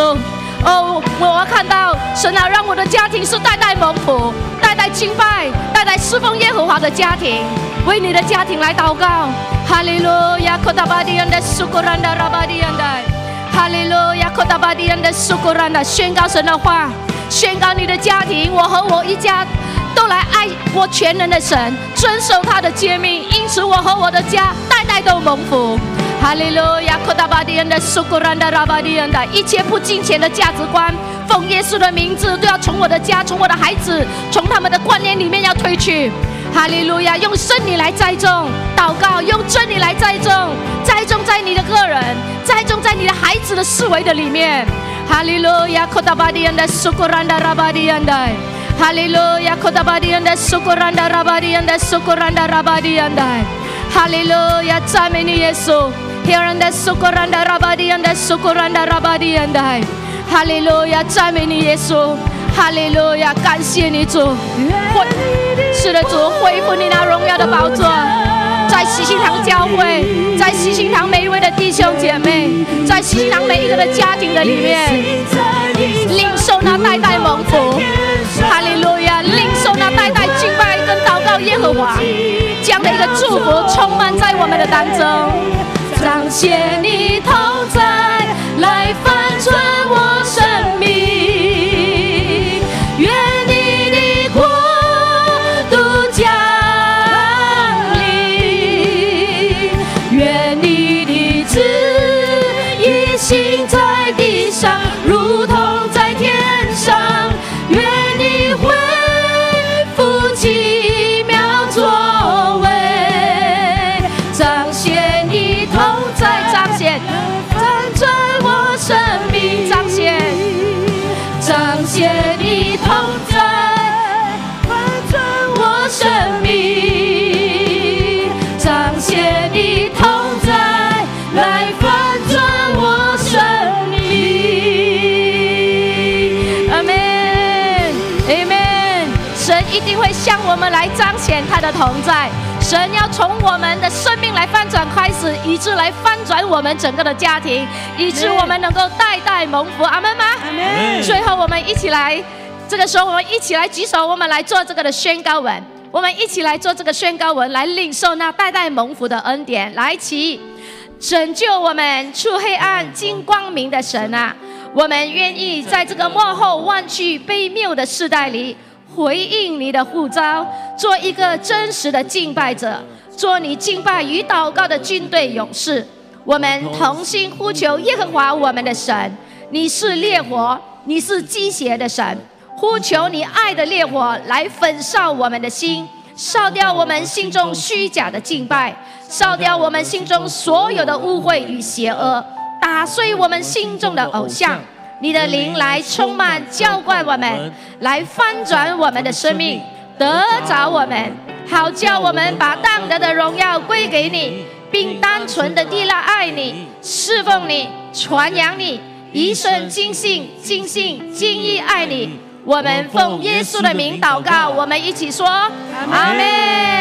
Speaker 1: 哦，我看到神啊，让我的家庭是代代蒙福、代代敬拜、代代侍奉耶和华的家庭。为你的家庭来祷告，哈利路亚，可达巴迪恩的苏格兰的拉巴迪恩的，哈利路亚，可达巴迪恩的苏格兰的，宣告神的话，宣告你的家庭，我和我一家都来爱我全能的神，遵守他的诫命，因此我和我的家代代都蒙福。哈利路亚，扩大巴迪恩的苏格兰的拉巴迪恩的一切不金钱的价值观，奉耶稣的名字都要从我的家、从我的孩子、从他们的观念里面要推去。哈利路亚，用真理来栽种，祷告用真理来栽种，栽种在你的个人，栽种在你的孩子的思维的里面。哈利路亚，扩大巴迪恩的苏格兰的拉巴迪恩的。Haleluya kodabadianda sukuranda rabadianda sukuranda rabadianda. Haleluya 赞美你耶稣。Hiranda sukuranda rabadianda sukuranda rabadianda. 哈利路亚，赞美你耶稣，哈利路亚，感谢你主，恢是的主，恢复你那荣耀的宝座，在喜信堂教会，在喜信堂每一位的弟兄姐妹，在喜信堂每一个的家庭的里面，领受那代代蒙福，哈利路亚，领受那代代敬拜跟祷告耶和华，这样的一个祝福充满在我们的当中。彰显你同在，来翻转我生命。愿你的国度降临，愿你的旨意行在地上，如同在天上。愿你恢复奇妙作为。彰显你同在，彰显，彰转我生命，彰显，彰显你同在，翻转我生命，彰显你同在，来翻转我生命。阿门，阿门。神一定会向我们来彰显他的同在。神要从我们的生命来翻转开始，以致来翻转我们整个的家庭，以致我们能够代代蒙福。阿门吗？最后，我们一起来，这个时候我们一起来举手，我们来做这个的宣告文。我们一起来做这个宣告文，来领受那代代蒙福的恩典。来，起，拯救我们出黑暗进光明的神啊！我们愿意在这个幕后弯曲卑谬的时代里，回应你的呼召，做一个真实的敬拜者，做你敬拜与祷告的军队勇士。我们同心呼求耶和华我们的神，你是烈火，你是鸡血的神，呼求你爱的烈火来焚烧我们的心，烧掉我们心中虚假的敬拜，烧掉我们心中所有的污秽与邪恶，打碎我们心中的偶像。你的灵来充满浇灌我们，来翻转我们的生命，得着我们，好叫我们把当得的荣耀归给你，并单纯的地来爱你、侍奉你、传扬你，一生精信、精信、精意爱你。我们奉耶稣的名祷告，我们一起说阿门。